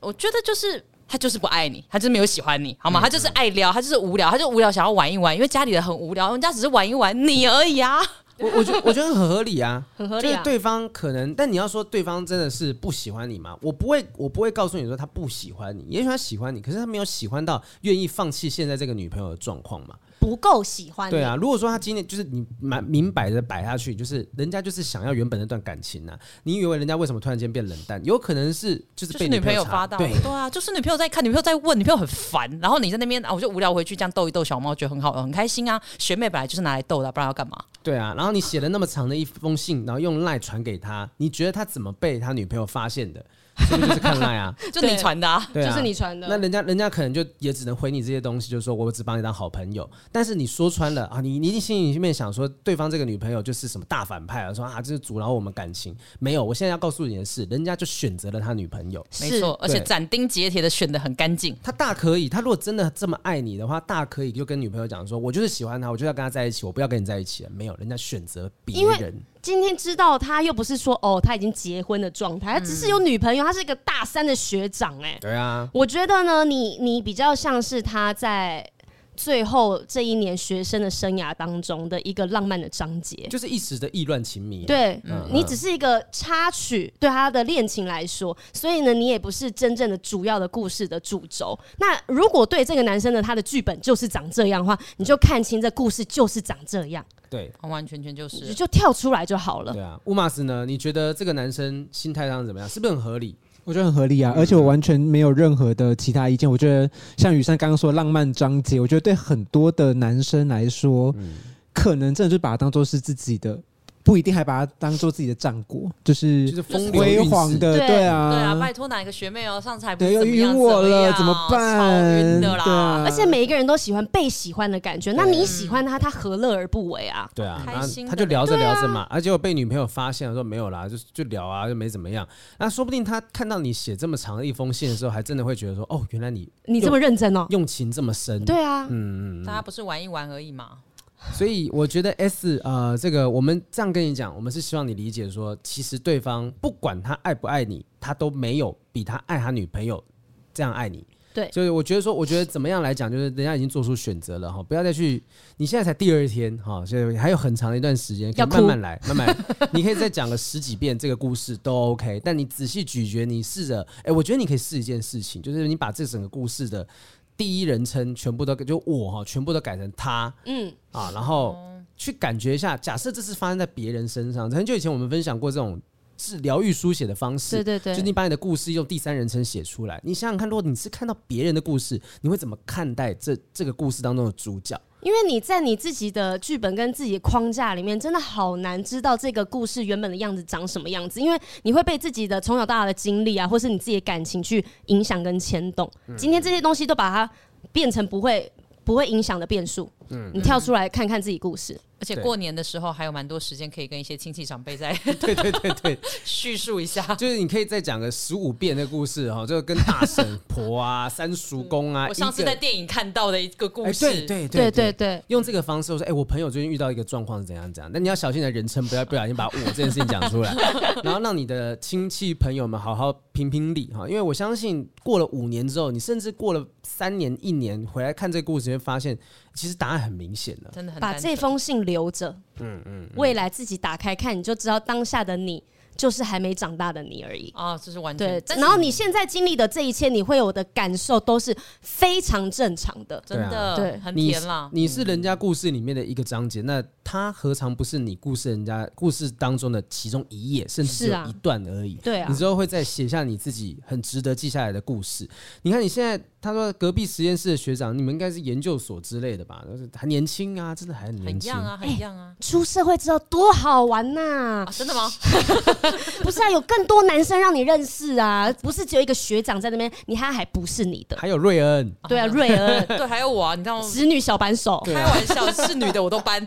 C: 我觉得就是。他就是不爱你，他就是没有喜欢你，好吗？
A: 嗯
C: 他就是爱聊，他就是无聊，他就无聊想要玩一玩，因为家里人很无聊，人家只是玩一玩你而已啊。
A: 我我觉 得我觉得很合理啊，
B: 很合理啊
A: 就是对方可能，但你要说对方真的是不喜欢你吗？我不会，我不会告诉你说他不喜欢你，也许他喜欢你，可是他没有喜欢到愿意放弃现在这个女朋友的状况嘛。
B: 不够喜欢你。
A: 对啊，如果说他今天就是你蛮明摆着摆下去，就是人家就是想要原本那段感情呐、你以为人家为什么突然间变冷淡？有可能是就是
C: 就是
A: 被
C: 女
A: 朋
C: 朋友
A: 查
C: 发到，
A: 对。
C: 啊，就是女朋友在看，女朋友在问，女朋友很烦，然后你在那边啊，我就无聊回去这样逗一逗小猫，觉得很好，很开心啊。学妹本来就是拿来逗的，不然要干嘛？
A: 对啊，然后你写了那么长的一封信，然后用赖传给他，你觉得他怎么被他女朋友发现的？是不是就是看赖啊？
C: 就你
B: 对
C: 传的、啊，
A: 对啊，
B: 就是你传的
A: 那人家人家可能就也只能回你这些东西，就是说我只把你当好朋友。但是你说穿了啊，你你一定心里面想说，对方这个女朋友就是什么大反派啊，说啊这是阻挠我们感情。没有，我现在要告诉你的是，人家就选择了他女朋友。
C: 没错，而且斩钉截铁的选的很干净。
A: 他大可以，他如果真的这么爱你的话，大可以就跟女朋友讲说，我就是喜欢他，我就要跟他在一起，我不要跟你在一起了。没有，人家选择别
B: 因为
A: 人。
B: 今天知道他又不是说哦他已经结婚的状
A: 嗯
B: 态，他只是有女朋友，他是一个大三的学长哎、
A: 对啊，
B: 我觉得呢，你你比较像是他在最后这一年学生的生涯当中的一个浪漫的章节。
A: 就是一时的意乱情迷、啊。
B: 对、
A: 嗯
B: 你只是一个插曲，对他的恋情来说，所以呢，你也不是真正的主要的故事的主轴。那如果对这个男生呢，他的剧本就是长这样的话，你就看清这故事就是长这样，
A: 对
C: 完完全全就是
B: 你就跳出来就好了
A: 对。啊，乌马斯呢？你觉得这个男生心态上怎么样？是不是很合理？
D: 我觉得很合理啊，而且我完全没有任何的其他意见。我觉得像雨珊刚刚说的浪漫章节，我觉得对很多的男生来说，
A: 嗯
D: 可能真的就把它当做是自己的，不一定还把它当做自己的战果，就是
A: 就是风流韵
D: 辉
A: 事
D: 煌的，
B: 对
D: 对
C: 对啊，
D: 啊
C: 拜，托哪一个学妹哦，上次还不
D: 对，
C: 是
D: 又
C: 怎么样
D: 晕我了，
C: 怎
D: 怎么
C: 样啊超
D: 办？
C: 晕的
D: 对
C: 啦。
D: 啊，
B: 而且每一个人都喜欢被喜欢的感觉，那你喜欢他，他何乐而不为啊？
A: 对啊，
C: 开
A: 然后
C: 心
A: 他就
C: 的啊嘞
A: 聊着聊着嘛，而且我被女朋友发现了，说没有啦，就就聊啊，就没怎么样。那说不定他看到你写这么长的一封信的时候，还真的会觉得说，哦，原来你
B: 你这么认真哦、
A: 用情这么深。，
B: 对啊，
A: 嗯嗯嗯
C: 大
A: 嗯。
C: 家不是玩一玩而已嘛，
A: 所以我觉得 S 呃，这个我们这样跟你讲，我们是希望你理解说，其实对方不管他爱不爱你，他都没有比他爱他女朋友这样爱你。
B: 对
A: 所以我觉得说，我觉得怎么样来讲，就是人家已经做出选择了哈，不要再去。你现在才第二天哈，所以还有很长的一段时间，可以
B: 要哭
A: 慢慢来，慢慢 来。你可以再讲个十几遍这个故事都 OK，但你仔细咀嚼，你试着，哎、我觉得你可以试一件事情，就是你把这整个故事的第一人称全部都就我哈，全部都改成他
B: 嗯，
A: 啊，然后去感觉一下，假设这是发生在别人身上，很久以前我们分享过这种治疗愈书写的方式
B: 对，对
A: 就是
B: 对，
A: 你把你的故事用第三人称写出来，你想想看，如果你是看到别人的故事，你会怎么看待这这个故事当中的主角？
B: 因为你在你自己的剧本跟自己的框架里面，真的好难知道这个故事原本的样子长什么样子，因为你会被自己的从小到大的经历啊，或是你自己的感情去影响跟牵动。
C: 嗯
B: 今天这些东西都把它变成不会不会影响的变数，
C: 嗯
B: 你跳出来看看自己故事。
C: 而且
A: 对
C: 过年的时候还有蛮多时间可以跟一些亲戚长辈再
A: 对对对对，
C: 叙述一下。
A: 就是你可以再讲个十五遍的故事哈，就跟大婶婆啊、三叔公啊，
C: 我上次
A: 一个
C: 在电影看到的一个故
A: 哎
C: 事，
A: 对对对
B: 对对
A: 对。
B: 对，
A: 用这个方式，我说，哎、我朋友最近遇到一个状况是怎样怎样，那你要小心你的人称，不要不小心把我这件事情讲出来，然后让你的亲戚朋友们好好评评理哈，因为我相信过了五年之后，你甚至过了三年、一年回来看这个故事，你会发现其实答案很明显了。
C: 真的很
B: 把
C: 单纯嗯
B: 这封信留着，嗯嗯，未来自己打开看，你就知道当下的你就是还没长大的你而已。
C: 啊，这是完全
B: 对，
C: 但是
B: 然后你现在经历的这一切，你会有的感受都是非常正常的。
C: 真的
B: 对啊对
C: 很
A: 你
C: 甜啦。
A: 你是人家故事里面的一个章节，那它何尝不是你故事人家故事当中的其中一页，甚至只
B: 是
A: 有
B: 啊
A: 一段而已？
B: 对啊
A: 你之后会再写下你自己很值得记下来的故事。你看你现在，他说隔壁实验室的学长，你们应该是研究所之类的吧？就是还年轻啊，真的还很年
C: 很
A: 轻
C: 样。啊，很样啊！
B: 出社会之后多好玩呐、
C: 啊，真的吗？
B: 不是啊，有更多男生让你认识啊，不是只有一个学长在那边，你他还不是你的。
A: 还有瑞恩，
B: 对啊，瑞 恩，
C: 对，还有我啊，你知道吗？
B: 直女小扳手，
C: 开 玩笑，是女的我都 搬。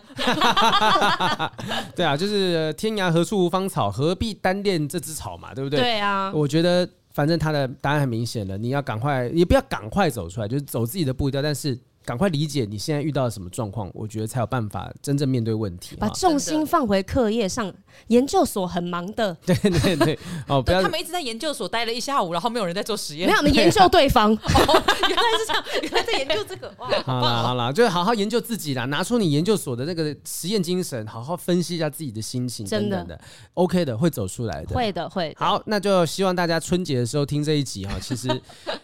A: 对啊，就是呃天涯何处无芳草，何必单恋这枝草嘛，对不对？
B: 对啊，
A: 我觉得反正他的答案很明显了，你要赶快，也不要赶快走出来，就是走自己的步调，但是赶快理解你现在遇到了什么状况，我觉得才有办法真正面对问题。
B: 把
A: 哈
B: 重心放回课业上，研究所很忙的，
A: 对 对对，哦，不
C: 对，
A: 要
C: 他。们一直在研究所待了一下午，然后没有人在做实验 哦
B: 没有。我们研究对方，
C: 原来是这样，原来在研究这个哇！ 哦
A: 好
B: 啊
A: 啦好啦，就是好好研究自己啦，拿出你研究所的那个实验精神，好好分析一下自己的心情等
B: 真的
A: 等的，OK 的，会走出来的。
B: 会的会的。
A: 好，那就希望大家春节的时候听这一集哈，其实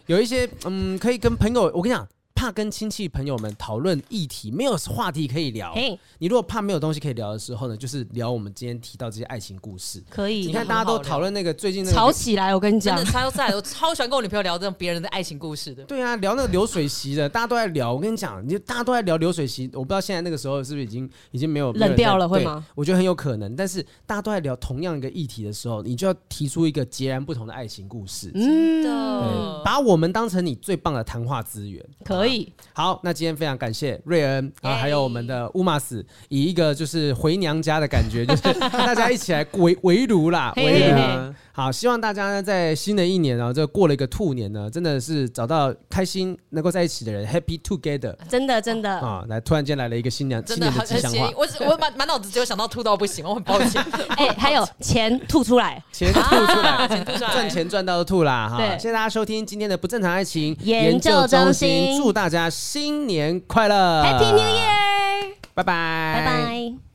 A: 有一些嗯，可以跟朋友，我跟你讲，怕跟亲戚朋友们讨论议题，没有话题可以聊。
B: 嘿，
A: 你如果怕没有东西可以聊的时候呢，就是聊我们今天提到这些爱情故事。
B: 可
A: 你
B: 以
A: 看，大家都讨论那个最近那
B: 吵
A: 个，
B: 起来，我跟你
C: 真
B: 讲
C: 的，超赞，我超喜欢跟我女朋友聊这种别人的爱情故事的。
A: 对啊，聊那个流水席的，大家都在聊。我跟你讲，你就大家都在聊流水席，我不知道现在那个时候是不是已经已经没有
B: 冷掉了会？
A: 没有人
B: 吗
A: 在对我觉得很有可能，但是大家都在聊同样一个议题的时候，你就要提出一个截然不同的爱情故事。
B: 嗯，
A: 对，把我们当成你最棒的谈话资源。
B: 可以，
A: 好，那今天非常感谢瑞恩啊，
C: 耶
A: 还有我们的乌马斯，以一个就是回娘家的感觉，就是 大家一起来围围炉啦，
B: 嘿
A: 围
B: 嘿
A: 炉
B: 嘿。
A: 好，希望大家呢在新的一年啊，这过了一个兔年呢，真的是找到开心能够在一起的人，Happy Together
B: 真的真的，
A: 啊！来，突然间来了一个新娘
C: 真
A: 新
C: 的
A: 年的
C: 很
A: 吉
C: 很
A: 祥
C: 谐
A: 话
C: 音，，我只我满满脑子只有想到吐到不行，我很抱歉。
B: 哎，还有钱吐出来，
A: 钱吐出来
C: 啊，钱吐出来
A: 赚钱赚到吐啦哈！
B: 对
A: 谢谢大家收听今天的不正常爱情
B: 研究中心
A: 研究祝大家新年快乐
B: Happy New Year，
A: 拜拜，
B: 拜拜。